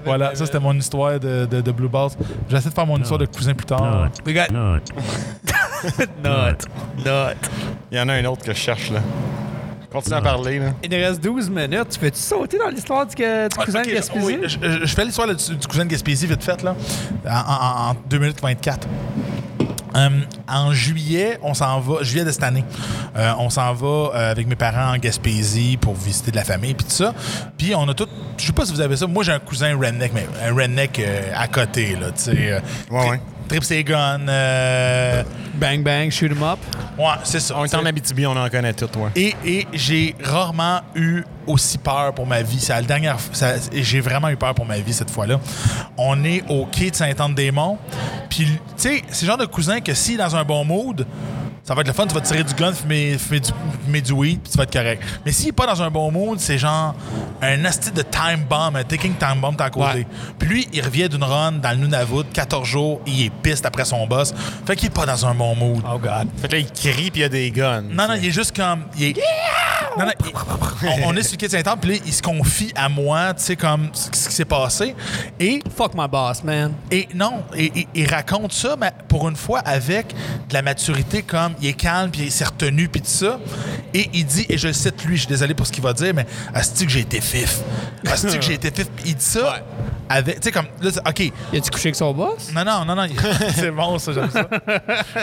[SPEAKER 3] Voilà, ça, c'était mon histoire de, de, de Blue Balls. J'essaie de faire mon histoire de cousin plus tard.
[SPEAKER 2] We got
[SPEAKER 5] Not.
[SPEAKER 2] nut, nut.
[SPEAKER 1] Il y en a un autre que je cherche, là. Continue à parler, là.
[SPEAKER 2] Il nous reste 12 minutes. Tu peux-tu sauter dans l'histoire du, que- du cousin
[SPEAKER 3] Ah, Ok,
[SPEAKER 2] de Gaspésie?
[SPEAKER 3] oui, je, je- je fais l'histoire là, du, du cousin de Gaspésie vite fait, là, en, en- en 2 minutes 24. Hum, en juillet, on s'en va, juillet de cette année, euh, on s'en va euh, avec mes parents en Gaspésie pour visiter de la famille puis tout ça. Puis on a tout, je sais pas si vous avez ça, moi j'ai un cousin redneck, mais un redneck euh, à côté là, tu sais, euh,
[SPEAKER 1] Ouais,
[SPEAKER 3] tri-
[SPEAKER 1] ouais.
[SPEAKER 3] Trip ses guns, euh,
[SPEAKER 2] Bang, bang, shoot him up.
[SPEAKER 3] ouais, c'est ça.
[SPEAKER 1] On
[SPEAKER 3] tu
[SPEAKER 1] est
[SPEAKER 3] sais.
[SPEAKER 1] en Abitibi, on en connaît tout, ouais.
[SPEAKER 3] Et, et j'ai rarement eu aussi peur pour ma vie. C'est la dernière fois- ça- et J'ai vraiment eu peur pour ma vie cette fois-là. On est au quai de Saint-Anne-des-Monts. Puis, tu sais, c'est le genre de cousin que s'il est dans un bon mood, ça va être le fun, tu vas te tirer du gun, fumer, fumer du, fumer du weed, puis tu vas être correct. Mais s'il est pas dans un bon mood, c'est genre un asti de time bomb, un ticking time bomb, t'es à côté.
[SPEAKER 2] Ouais.
[SPEAKER 3] Puis lui, il revient d'une run dans le Nunavut, 14 jours, il est piste après son boss. Fait qu'il est pas dans un bon mood.
[SPEAKER 2] Oh, God.
[SPEAKER 1] Fait que là, il crie, puis il y a des guns.
[SPEAKER 3] Non, non, il est juste comme. Il est... Non, non, il- on, on est sur le quai de Saint-Anne, puis là, il se confie à moi, tu sais, comme ce ce qui s'est passé. Et,
[SPEAKER 4] Fuck my boss, man.
[SPEAKER 3] et non, et, et- il raconte ça, mais pour une fois, avec de la maturité, comme il est calme, puis il s'est retenu, puis tout ça. Et il dit, et je le cite lui, je suis désolé pour ce qu'il va dire, mais Asti que j'ai été fif. Asti que j'ai été fif. Puis Il dit ça avec. Tu sais, comme. Là, c'est- OK.
[SPEAKER 4] Y a-tu couché avec son boss?
[SPEAKER 3] Non, non, non, non. c'est bon, ça, j'aime ça.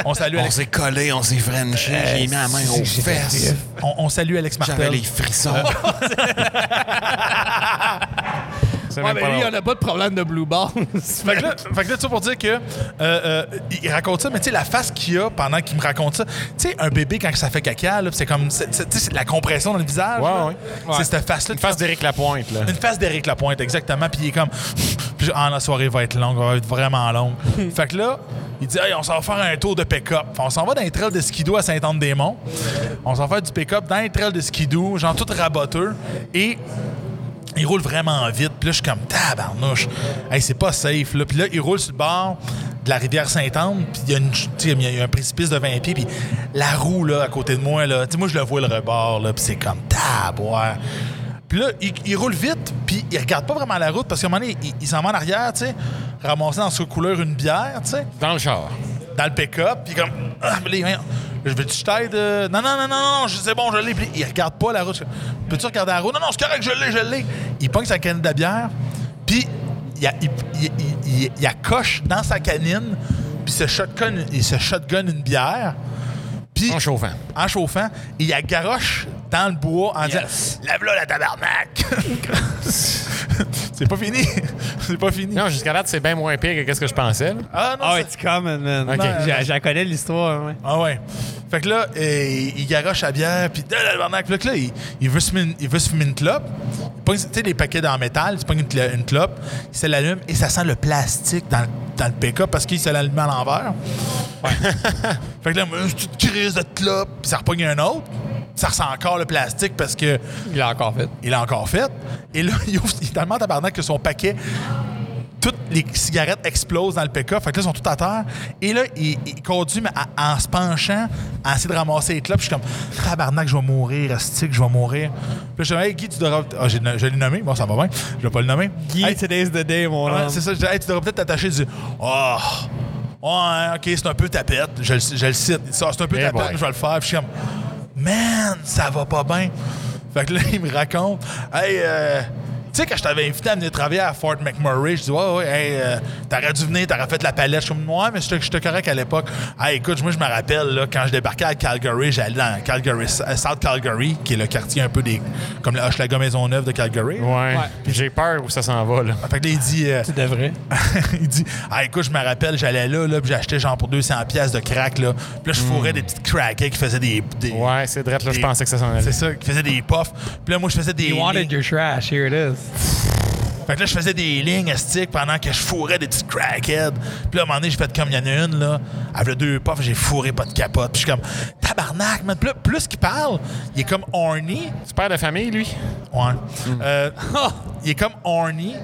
[SPEAKER 3] On salue
[SPEAKER 1] On
[SPEAKER 3] Alex.
[SPEAKER 1] s'est collé, on s'est frenché, Euh, j'ai mis la main aux fesses.
[SPEAKER 3] On, on salue Alex
[SPEAKER 1] J'avais
[SPEAKER 3] Martel.
[SPEAKER 1] les frissons. C'est
[SPEAKER 4] Ouais,
[SPEAKER 1] même pas
[SPEAKER 4] mais lui,
[SPEAKER 1] long.
[SPEAKER 4] on a pas de problème de blue balls.
[SPEAKER 3] Fait que là, fait que là, tout ça pour dire que euh, euh, il raconte ça, mais tu sais, la face qu'il a pendant qu'il me raconte ça, tu sais, un bébé quand ça fait caca, là, pis c'est comme, c'est- c'est- tu sais, c'est de la compression dans le visage.
[SPEAKER 1] Ouais,
[SPEAKER 3] là.
[SPEAKER 1] ouais.
[SPEAKER 3] C'est cette face-là.
[SPEAKER 1] Une face d'Éric Lapointe, là.
[SPEAKER 3] Une face d'Éric Lapointe, exactement. Puis il est comme, Puis, ah, la soirée va être longue, va être vraiment longue. fait que là, il dit, Hey, on s'en va faire un tour de pick-up. Fait, On s'en va dans les trails de skidoo à Saint-Anne-des-Monts. On s'en va faire du pick-up dans les trails de skidoo, genre tout raboteux. Et il roule vraiment vite. Puis là, je suis comme, tabarnouche. Hey, c'est pas safe, là. Puis là, il roule sur le bord de la rivière Sainte-Anne, puis il y, a une- tu sais, il y a un précipice de 20 pieds, puis la roue, là, à côté de moi, là, tu sais, moi, je le vois le rebord, là, puis c'est comme, taboire. Puis là, il, il roule vite, puis il regarde pas vraiment la route, parce qu'à un moment donné, il, il s'en va en arrière, tu sais, ramasser dans sa couleur une bière, tu sais
[SPEAKER 1] Dans le char.
[SPEAKER 3] dans le pick-up, puis comme ah, mais les- je veux tu t'aide euh? Non non non non non, je- c'est bon, je l'ai. Puis il regarde pas la route. Je fais, Peux-tu regarder la route Non non, c'est correct, je l'ai, je l'ai. Il pogne sa canine de bière, puis il, a- il, il, il- il- il accoche dans sa canine, puis se shotgun, il se shotgun une bière. Puis
[SPEAKER 1] En chauffant.
[SPEAKER 3] en chauffant, et il la garoche dans le bois en disant Lave-la la tabarnak C'est pas fini. c'est pas fini.
[SPEAKER 1] Non, jusqu'à date, c'est bien moins pire que qu'est-ce que je pensais. là.
[SPEAKER 3] Ah non,
[SPEAKER 2] Oh,
[SPEAKER 3] c'est-
[SPEAKER 2] it's coming, man.
[SPEAKER 1] Ok.
[SPEAKER 2] J'en- J'en connais l'histoire, ouais.
[SPEAKER 3] Ah ouais. Fait que là, euh, il il garoche la bière, puis de l'albarnac. Fait que là, il, il veut se fumer une, il veut se fumer une clope. Il pogne, Tu sais, des paquets dans le métal, il pogne une, clo- une clope, il se l'allume et ça sent le plastique dans, le- dans le pick-up parce qu'il se l'allume à l'envers. fait que là, une petite crise de clope, puis ça repogne un autre. Ça ressent encore le plastique parce que
[SPEAKER 4] Il l'a encore fait.
[SPEAKER 3] il l'a encore fait. Et là, il, ouvre, il est tellement tabarnak que son paquet, toutes les cigarettes explosent dans le pick-up. Fait que là, ils sont tout à terre. Et là, il, il conduit, mais à- en se penchant, à essayer de ramasser les clopes. Je suis comme, tabarnak, je vais mourir, stick, je vais mourir. Puis là, je dis, hey, Guy, tu devrais. Ah, j'ai- je l'ai nommé. Bon, ça va bien. Je vais pas le nommer.
[SPEAKER 2] Guy,
[SPEAKER 3] Hey,
[SPEAKER 2] today's the day, mon
[SPEAKER 3] Ouais,
[SPEAKER 4] Ah,
[SPEAKER 1] Euh.
[SPEAKER 2] homme.
[SPEAKER 3] c'est ça. Je dis, Hey, tu devrais peut-être t'attacher du. Oh, ouais, ok, c'est un peu tapette. Je, le- je le cite. Il dit, Ah, c'est un peu
[SPEAKER 1] Eh
[SPEAKER 3] tapette,
[SPEAKER 1] boy.
[SPEAKER 3] mais je vais le faire. Puis je suis comme, man, ça va pas bien. Fait que là, il me raconte, hey, euh, tu sais, quand je t'avais invité à venir travailler à Fort McMurray, je dis, ouais, ouais, hey, euh, t'aurais dû venir, t'aurais fait la palette. Je suis comme, ouais, mais j'étais j'étais correct à l'époque. Hey, écoute, moi, je me rappelle, là, quand je débarquais à Calgary, j'allais dans Calgary, euh, South Calgary, qui est le quartier un peu des. comme le Hochelaga Maisonneuve de Calgary.
[SPEAKER 1] Ouais.
[SPEAKER 2] Ouais.
[SPEAKER 1] Puis J'ai peur où ça s'en va, là.
[SPEAKER 3] Fait que là, il dit. euh,
[SPEAKER 2] Tu devrais.
[SPEAKER 3] il dit ah écoute je me rappelle j'allais là là puis j'achetais genre pour 200 pièces de crack là puis là je fourrais
[SPEAKER 2] Hmm.
[SPEAKER 3] des petites crackheads qui faisaient des, des-
[SPEAKER 1] Ouais, c'est drette, là, je
[SPEAKER 3] des-
[SPEAKER 1] pensais que ça s'en allait.
[SPEAKER 3] c'est ça qui faisaient des puffs puis là moi je faisais des
[SPEAKER 2] You wanted
[SPEAKER 3] lignes.
[SPEAKER 2] your trash, here it is.
[SPEAKER 3] fait que là je faisais des lignes à stick pendant que je fourrais des petites crackheads puis là à un moment donné j'ai fait comme il y en a une là avec deux puffs j'ai fourré pas de capote puis je suis comme tabarnak man plus, plus qu'il parle il est comme horny
[SPEAKER 1] C'est père de famille, lui?
[SPEAKER 3] Ouais.
[SPEAKER 2] Hmm.
[SPEAKER 3] Euh, il est comme horny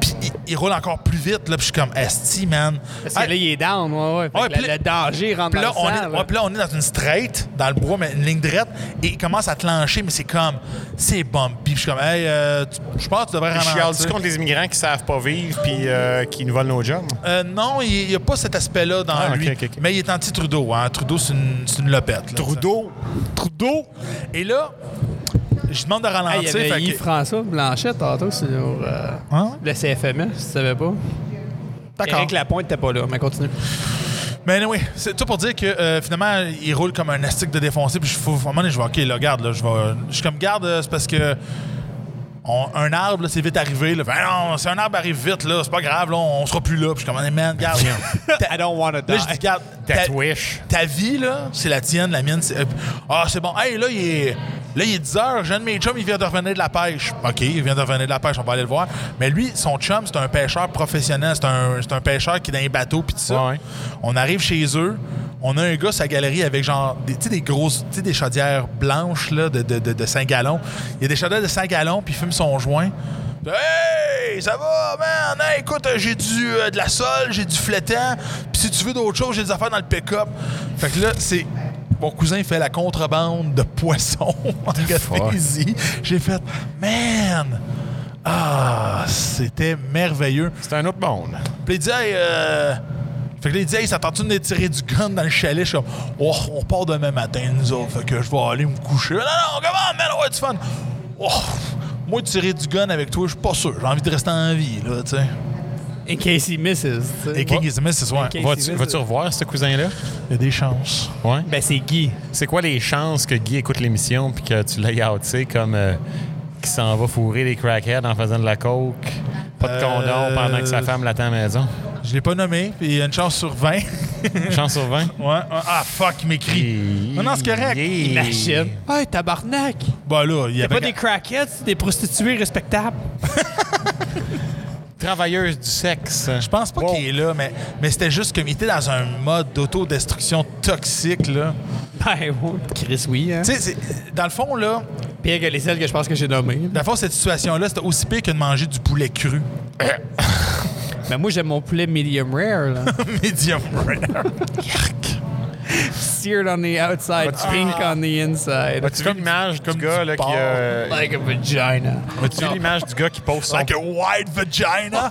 [SPEAKER 3] puis il, il roule encore plus vite là puis je suis comme esti man
[SPEAKER 4] Parce
[SPEAKER 3] Ah,
[SPEAKER 4] que là, il est down, ouais, ouais. Fait
[SPEAKER 3] Ouais,
[SPEAKER 4] que
[SPEAKER 3] puis
[SPEAKER 4] le,
[SPEAKER 3] là-
[SPEAKER 4] le danger rentre
[SPEAKER 3] Puis
[SPEAKER 4] dans
[SPEAKER 3] là,
[SPEAKER 4] le
[SPEAKER 3] on
[SPEAKER 4] sang,
[SPEAKER 3] est,
[SPEAKER 4] là.
[SPEAKER 3] ouais, puis là, on est dans une straight, dans le bois, mais une ligne droite, et il commence à te lancer, mais c'est comme, c'est bumpy. Puis je suis comme, hey, euh, tu- je pense que tu devrais
[SPEAKER 1] Je chiale
[SPEAKER 3] ralentir.
[SPEAKER 1] du contre les immigrants qui savent pas vivre puis euh, qui nous volent nos jobs.
[SPEAKER 3] Euh, non, il n'y a pas cet aspect-là dans
[SPEAKER 1] Ah, ok,
[SPEAKER 3] lui.
[SPEAKER 1] ok, ok.
[SPEAKER 3] Mais il est anti-Trudeau. Hein. Trudeau, c'est une, c'est une lopette. là,
[SPEAKER 1] Trudeau. Trudeau.
[SPEAKER 3] tu sais. Et là, je demande de
[SPEAKER 4] Hey,
[SPEAKER 3] ralentir.
[SPEAKER 4] Ah, il y
[SPEAKER 3] Ah, fait
[SPEAKER 4] avait
[SPEAKER 3] que-
[SPEAKER 4] Yves-François Blanchet tantôt sur euh,
[SPEAKER 3] Hein?
[SPEAKER 4] le CFME, si tu savais pas.
[SPEAKER 3] D'accord.
[SPEAKER 4] Éric Lapointe t'es pas là, mais continue.
[SPEAKER 3] Mais anyway, c'est tout pour dire que euh, finalement, il roule comme un astic de défoncé. Puis je fous, à un moment donné, je vais, OK, là, garde, là, je vais. Je suis comme, garde, euh, c'est parce que. on- un arbre, là, c'est vite arrivé. Là. Ben non, si un arbre arrive vite, là, c'est pas grave, là, on, on sera plus là. Puis je suis comme, man, garde.
[SPEAKER 2] I don't wanna die.
[SPEAKER 3] Là, je dis, garde.
[SPEAKER 1] That
[SPEAKER 3] ta-
[SPEAKER 1] wish.
[SPEAKER 3] ta vie, là, c'est la tienne, la mienne, c'est. euh, Ah, c'est bon. Hey, là, il est. Là, il est 10 h Jeune mes chums, il vient de revenir de la pêche. OK, il vient de revenir de la pêche, on va aller le voir. Mais lui, son chum, c'est un pêcheur professionnel. C'est un, c'est un pêcheur qui est dans les bateaux, puis tout ça.
[SPEAKER 1] Ouais.
[SPEAKER 3] On arrive chez eux, on on a un gars, sa galerie, avec genre des, tu sais, des grosses, tu sais, des chaudières blanches là, de, de, de, de 5 gallons. Il y a des chaudières de 5 gallons, puis il fume son joint. Puis, Hey, ça va, man? Hey, écoute, j'ai du euh, de la sole, j'ai du flétan. Puis si tu veux d'autres choses, j'ai des affaires dans le pick-up. Fait que là, c'est. Mon cousin fait la contrebande de poissons en Gaspésie. J'ai fait, man! Ah, c'était merveilleux.
[SPEAKER 1] C'est un autre monde.
[SPEAKER 3] Puis il dit, hey, euh... Fait que là, il dit, hey, ça tente-tu de me tirer du gun dans le chalet? Je suis comme, oh, on part demain matin, nous autres. Fait que je vais aller me coucher. Non, non, comment, man, on va être fun. Oh, moi, tirer du gun avec toi, je suis pas sûr. J'ai envie de rester en vie, là, tu sais.
[SPEAKER 4] In case he misses. tu sais.
[SPEAKER 3] Et Euh, King is Miss, c'est soir.
[SPEAKER 2] Ok.
[SPEAKER 1] Vas-tu
[SPEAKER 2] c'est-
[SPEAKER 1] vas-tu revoir ce cousin-là?
[SPEAKER 3] Il y a des chances.
[SPEAKER 1] Ouais.
[SPEAKER 2] Ben, c'est Guy.
[SPEAKER 1] C'est quoi les chances que Guy écoute l'émission puis que tu l'aies outé comme euh, qu'il s'en va fourrer les crackheads en faisant de la coke? Pas de condom
[SPEAKER 3] Euh,
[SPEAKER 1] pendant que sa femme l'attend à la maison.
[SPEAKER 3] Je l'ai pas nommé, puis il y a une chance sur 20. ouais,
[SPEAKER 1] Chance sur 20.
[SPEAKER 3] ouais. Ah, fuck, il m'écrit. Non, non, c'est correct.
[SPEAKER 1] Yeah.
[SPEAKER 4] Ah,
[SPEAKER 2] Machine.
[SPEAKER 4] Hey, tabarnak!
[SPEAKER 3] Bah là, il y a
[SPEAKER 2] Pas des crackheads, des prostituées respectables.
[SPEAKER 1] Travailleuse du sexe.
[SPEAKER 3] Je pense pas qu'il est là, mais, mais c'était juste qu'il était dans un mode d'autodestruction toxique, là.
[SPEAKER 2] Ben, oui.
[SPEAKER 4] Chris, oui, hein?
[SPEAKER 3] Tu sais, c'est- dans le fond, là,
[SPEAKER 4] Pire que les celles que je pense que j'ai nommées.
[SPEAKER 3] dans le fond, cette situation-là, c'était aussi pire que de manger du poulet cru.
[SPEAKER 4] Mais Ben, moi, j'aime mon poulet medium rare, là.
[SPEAKER 3] Medium rare.
[SPEAKER 4] Seared on the outside,
[SPEAKER 1] Vas-tu
[SPEAKER 4] pink on the inside.
[SPEAKER 1] As-tu vu l'image du
[SPEAKER 3] comme
[SPEAKER 1] gars
[SPEAKER 3] du
[SPEAKER 1] là, qui
[SPEAKER 3] porc.
[SPEAKER 1] euh,
[SPEAKER 4] Like a vagina.
[SPEAKER 1] As-tu vu l'image du gars qui pose son...
[SPEAKER 3] Like a wide vagina.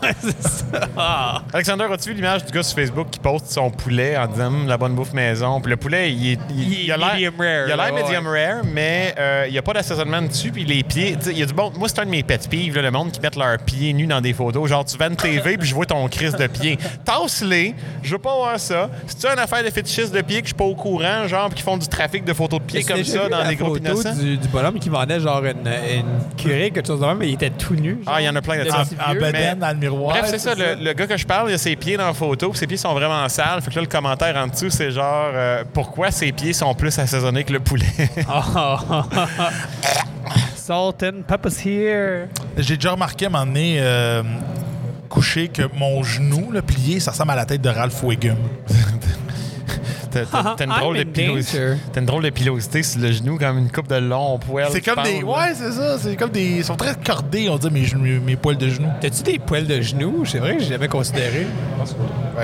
[SPEAKER 1] Alexander, as-tu vu l'image du gars sur Facebook qui poste son poulet en disant Hum, la bonne bouffe maison? Puis le poulet, il, est- il-
[SPEAKER 2] Il est
[SPEAKER 1] il a l'air
[SPEAKER 2] medium rare,
[SPEAKER 1] Il a l'air
[SPEAKER 2] là,
[SPEAKER 1] medium rare, mais euh, il n'y a pas d'assassinnement dessus. Puis les pieds, tu sais, il y a du bon. Moi, c'est un de mes pet peeves, là, le monde qui met leurs pieds nus dans des photos. Genre, tu vas une TV puis je vois ton crise de pied. Tasse-les, je veux pas voir ça. C'est-tu une affaire de fétichistes de pieds que je suis pas au courant, genre, puis qui font du trafic de photos de pieds comme
[SPEAKER 2] J'ai
[SPEAKER 1] ça
[SPEAKER 2] vu
[SPEAKER 1] dans
[SPEAKER 2] la
[SPEAKER 1] des groupes
[SPEAKER 2] photo
[SPEAKER 1] innocents?
[SPEAKER 2] Du, du bonhomme qui vendait genre une, une curée, quelque chose de même, mais il était tout nu. genre.
[SPEAKER 1] Ah, il y en a plein de
[SPEAKER 2] Le
[SPEAKER 1] ça.
[SPEAKER 2] petit
[SPEAKER 3] En
[SPEAKER 2] vieux,
[SPEAKER 3] bedaine
[SPEAKER 1] mais-
[SPEAKER 3] dans le miroir.
[SPEAKER 1] Bref, c'est ça. Le, le gars que je parle, il a ses pieds dans la photo. puis Ses pieds sont vraiment sales. Fait que là, le commentaire en dessous, c'est genre euh, Pourquoi ses pieds sont plus assaisonnés que le poulet? Ah, ben,
[SPEAKER 2] Salt and Papa's here.
[SPEAKER 3] J'ai déjà remarqué à un moment donné, euh, couché, que mon genou, le plié, ça ressemble à la tête de Ralph Wiggum.
[SPEAKER 1] T'as- T'as t'as une,
[SPEAKER 2] I'm
[SPEAKER 1] drôle de
[SPEAKER 2] in
[SPEAKER 1] pilosité-
[SPEAKER 2] danger.
[SPEAKER 1] t'as une drôle de pilosité sur le genou, comme une coupe de long poil.
[SPEAKER 3] C'est comme des.
[SPEAKER 4] hein.
[SPEAKER 3] Ouais, c'est ça. C'est comme des. Ils sont très cordés, on dit, mes, genoux- mes poils de genoux.
[SPEAKER 2] T'as-tu des poils de genoux? C'est vrai que j'ai jamais considéré.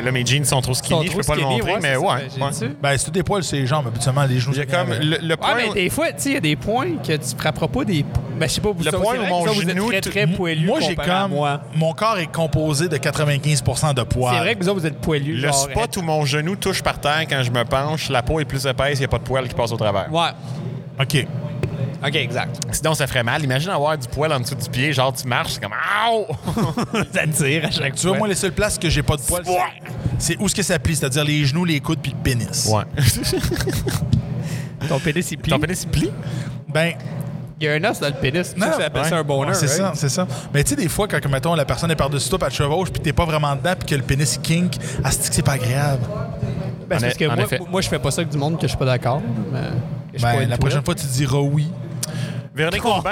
[SPEAKER 1] là, mes jeans sont trop
[SPEAKER 2] Ils sont
[SPEAKER 1] skinny, je
[SPEAKER 2] trop
[SPEAKER 1] peux pas le
[SPEAKER 2] skinny,
[SPEAKER 1] montrer,
[SPEAKER 2] ouais,
[SPEAKER 1] mais
[SPEAKER 2] c'est ça,
[SPEAKER 1] ouais.
[SPEAKER 2] j'ai
[SPEAKER 1] ouais.
[SPEAKER 2] dit.
[SPEAKER 3] Ben, c'est tous des poils sur les jambes, habituellement, les genoux.
[SPEAKER 1] Il y a comme le, le
[SPEAKER 4] Ouais,
[SPEAKER 1] point.
[SPEAKER 4] mais des fois, tu sais, il y a des points que tu frapperas pas des. Ben, je sais pas, vous
[SPEAKER 1] Le
[SPEAKER 4] ça,
[SPEAKER 1] point
[SPEAKER 4] c'est
[SPEAKER 1] où
[SPEAKER 4] vrai
[SPEAKER 1] mon
[SPEAKER 4] que ça, vous êtes
[SPEAKER 1] genou
[SPEAKER 4] très,
[SPEAKER 1] te-
[SPEAKER 4] très poilu.
[SPEAKER 3] Moi, j'ai
[SPEAKER 4] comparé à
[SPEAKER 3] comme.
[SPEAKER 4] Moi.
[SPEAKER 3] Mon corps est composé de 95 de poils.
[SPEAKER 4] C'est vrai que vous autres, vous êtes poilu.
[SPEAKER 1] le
[SPEAKER 4] genre,
[SPEAKER 1] spot où mon genou touche par terre quand je me penche, la peau est plus épaisse, il n'y a pas de poil qui passe au travers.
[SPEAKER 4] hein. Ouais.
[SPEAKER 3] OK.
[SPEAKER 4] OK, exact.
[SPEAKER 1] Sinon, ça ferait mal. Imagine avoir du poil en dessous du pied, genre tu marches, c'est comme Aouh!
[SPEAKER 4] Ça tire à chaque
[SPEAKER 3] Tu vois, moi, les seules places que j'ai pas de poils, c'est- c'est où ce que ça plie, c'est-à-dire les genoux, les coudes, puis le pénis.
[SPEAKER 1] Ouais.
[SPEAKER 4] Ton pénis, il plie.
[SPEAKER 1] Ton pénis il plie?
[SPEAKER 3] Ben,
[SPEAKER 4] Il y a un os dans le pénis. Non, ça appelle
[SPEAKER 1] ouais.
[SPEAKER 4] ça un bonheur.
[SPEAKER 3] Ouais, C'est
[SPEAKER 4] right?
[SPEAKER 3] ça, c'est ça. Mais tu sais, des fois, quand, mettons, la personne est par-dessus toi, puis elle te chevauche, puis t'es pas vraiment dedans, puis que le pénis il kink, asti que c'est pas agréable.
[SPEAKER 4] Ben, c'est
[SPEAKER 1] En
[SPEAKER 4] parce que
[SPEAKER 1] e- en
[SPEAKER 4] moi,
[SPEAKER 1] effet.
[SPEAKER 4] moi, je fais pas ça avec du monde que je suis pas d'accord. Mais je suis
[SPEAKER 3] Ben,
[SPEAKER 4] pas
[SPEAKER 3] la
[SPEAKER 4] une
[SPEAKER 3] prochaine
[SPEAKER 4] poêle.
[SPEAKER 3] fois, tu diras oui.
[SPEAKER 1] Véronique Aubin.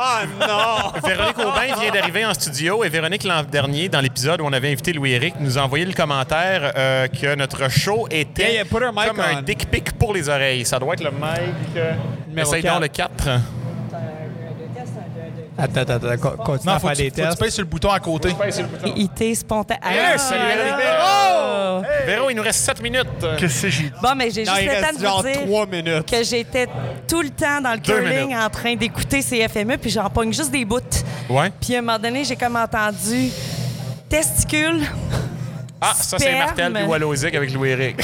[SPEAKER 2] Ah,
[SPEAKER 1] oh non! Véronique Aubin vient d'arriver en studio et Véronique, l'an dernier, dans l'épisode où on avait invité Louis-Éric, nous a envoyé le commentaire euh, que notre show était
[SPEAKER 2] Yeah, yeah, put her mic
[SPEAKER 1] comme un
[SPEAKER 2] on.
[SPEAKER 1] dick pic pour les oreilles. Ça doit être le mic. euh,
[SPEAKER 2] Numéro
[SPEAKER 1] Essaye donc le 4.
[SPEAKER 2] Attends, attends, attends. co- Continue
[SPEAKER 3] Non,
[SPEAKER 2] à
[SPEAKER 3] faut
[SPEAKER 2] faire
[SPEAKER 3] que
[SPEAKER 2] des
[SPEAKER 3] tu, faut que tu
[SPEAKER 2] tests.
[SPEAKER 3] payes sur le bouton à côté.
[SPEAKER 5] IT spontané.
[SPEAKER 1] Yes, elle lui est arrivée.
[SPEAKER 4] Oh!
[SPEAKER 2] Oh!
[SPEAKER 5] Ah!
[SPEAKER 1] Véro, il nous reste 7 minutes.
[SPEAKER 3] Qu'est-ce que j'ai
[SPEAKER 5] Bon, mais j'ai
[SPEAKER 2] Non,
[SPEAKER 5] juste
[SPEAKER 2] il
[SPEAKER 5] le temps
[SPEAKER 2] reste
[SPEAKER 5] de
[SPEAKER 2] genre
[SPEAKER 5] vous dire
[SPEAKER 2] trois minutes.
[SPEAKER 5] que j'étais tout le temps dans le
[SPEAKER 1] Deux
[SPEAKER 5] curling
[SPEAKER 1] minutes.
[SPEAKER 5] en train d'écouter CFME, puis j'en pogne juste des bouts.
[SPEAKER 1] Ouais.
[SPEAKER 5] Puis à un moment donné, j'ai comme entendu testicules,
[SPEAKER 1] Ah, ça, c'est
[SPEAKER 5] Sperme.
[SPEAKER 1] Martel et Wallosic avec Louis-Éric.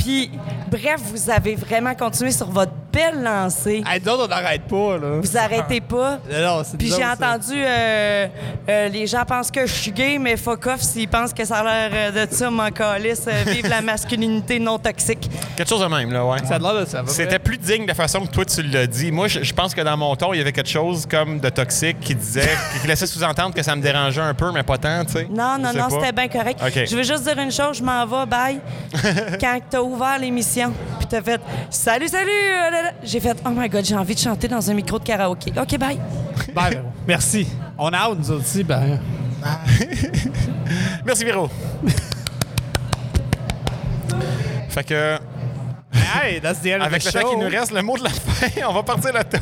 [SPEAKER 5] puis bref, vous avez vraiment continué sur votre belle lancée.
[SPEAKER 2] Hey, nous autres, on n'arrête pas, là.
[SPEAKER 5] Vous arrêtez pas.
[SPEAKER 2] Ah, Non, c'est
[SPEAKER 5] Puis
[SPEAKER 2] nous
[SPEAKER 5] j'ai
[SPEAKER 2] autres, ça.
[SPEAKER 5] entendu euh, euh, les gens pensent que je suis gay, mais fuck off s'ils pensent que ça a l'air euh, de ça, mon calice. Euh, vive la masculinité non toxique.
[SPEAKER 1] Quelque chose de même, là, ouais.
[SPEAKER 4] Ça a l'air de ça. va.
[SPEAKER 1] C'était plus digne de la façon que toi tu l'as dit. Moi, je, je pense que dans mon ton, il y avait quelque chose comme de toxique qui disait, qui- qui laissait sous-entendre que ça me dérangeait un peu, mais pas tant, tu sais.
[SPEAKER 5] Non, non,
[SPEAKER 1] Je sais
[SPEAKER 5] non,
[SPEAKER 1] pas.
[SPEAKER 5] c'était bien correct.
[SPEAKER 1] OK.
[SPEAKER 5] Je veux juste dire une chose, je m'en vais, bye. Quand t'as ouvert l'émission, puis t'as fait Salut, salut! euh, là, là. J'ai fait Oh my god, j'ai envie de chanter dans un micro de karaoké. OK, bye.
[SPEAKER 2] Bye, Véro. Merci.
[SPEAKER 4] Ben, On a out, nous autres aussi, ben.
[SPEAKER 1] Merci, Véro. Fait que, Ben,
[SPEAKER 2] Hey, that's the end of
[SPEAKER 1] avec
[SPEAKER 2] the
[SPEAKER 1] le temps
[SPEAKER 2] show.
[SPEAKER 1] qui nous reste, le mot de la fin, on va partir là-dedans.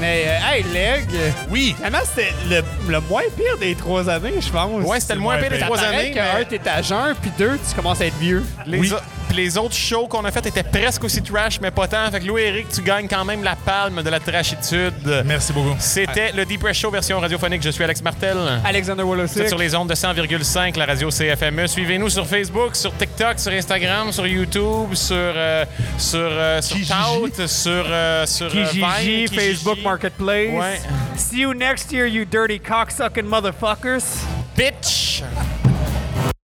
[SPEAKER 2] Mais, euh, hey, Leg.
[SPEAKER 3] Oui.
[SPEAKER 2] Finalement, c'était le, le moins pire des trois années, je pense.
[SPEAKER 1] Ouais, c'était le moins pire des
[SPEAKER 3] pire.
[SPEAKER 1] trois
[SPEAKER 4] Pareil
[SPEAKER 1] années.
[SPEAKER 4] que,
[SPEAKER 1] mais-
[SPEAKER 4] un, t'es à jeun, puis deux, tu commences à être vieux.
[SPEAKER 1] Les,
[SPEAKER 3] Oui.
[SPEAKER 1] o- puis les autres shows qu'on a fait étaient presque aussi trash, mais pas tant. Fait que Louis Eric, tu gagnes quand même la palme de la trashitude.
[SPEAKER 3] Merci beaucoup.
[SPEAKER 1] C'était le Deep Press Show version radiophonique. Je suis Alex Martel.
[SPEAKER 2] Alexander
[SPEAKER 1] Vous êtes
[SPEAKER 2] Wolosik.
[SPEAKER 1] sur les ondes de 100,5, la radio CFME. E. Suivez-nous sur Facebook, sur TikTok, sur Instagram, sur YouTube, sur euh, sur euh, sur
[SPEAKER 3] Kijiji.
[SPEAKER 1] Tout, sur euh, sur euh, Vine,
[SPEAKER 2] Kijiji,
[SPEAKER 1] Kijiji.
[SPEAKER 2] Facebook Marketplace.
[SPEAKER 1] Ouais.
[SPEAKER 2] See you next year, you dirty cocksucking motherfuckers.
[SPEAKER 1] Bitch.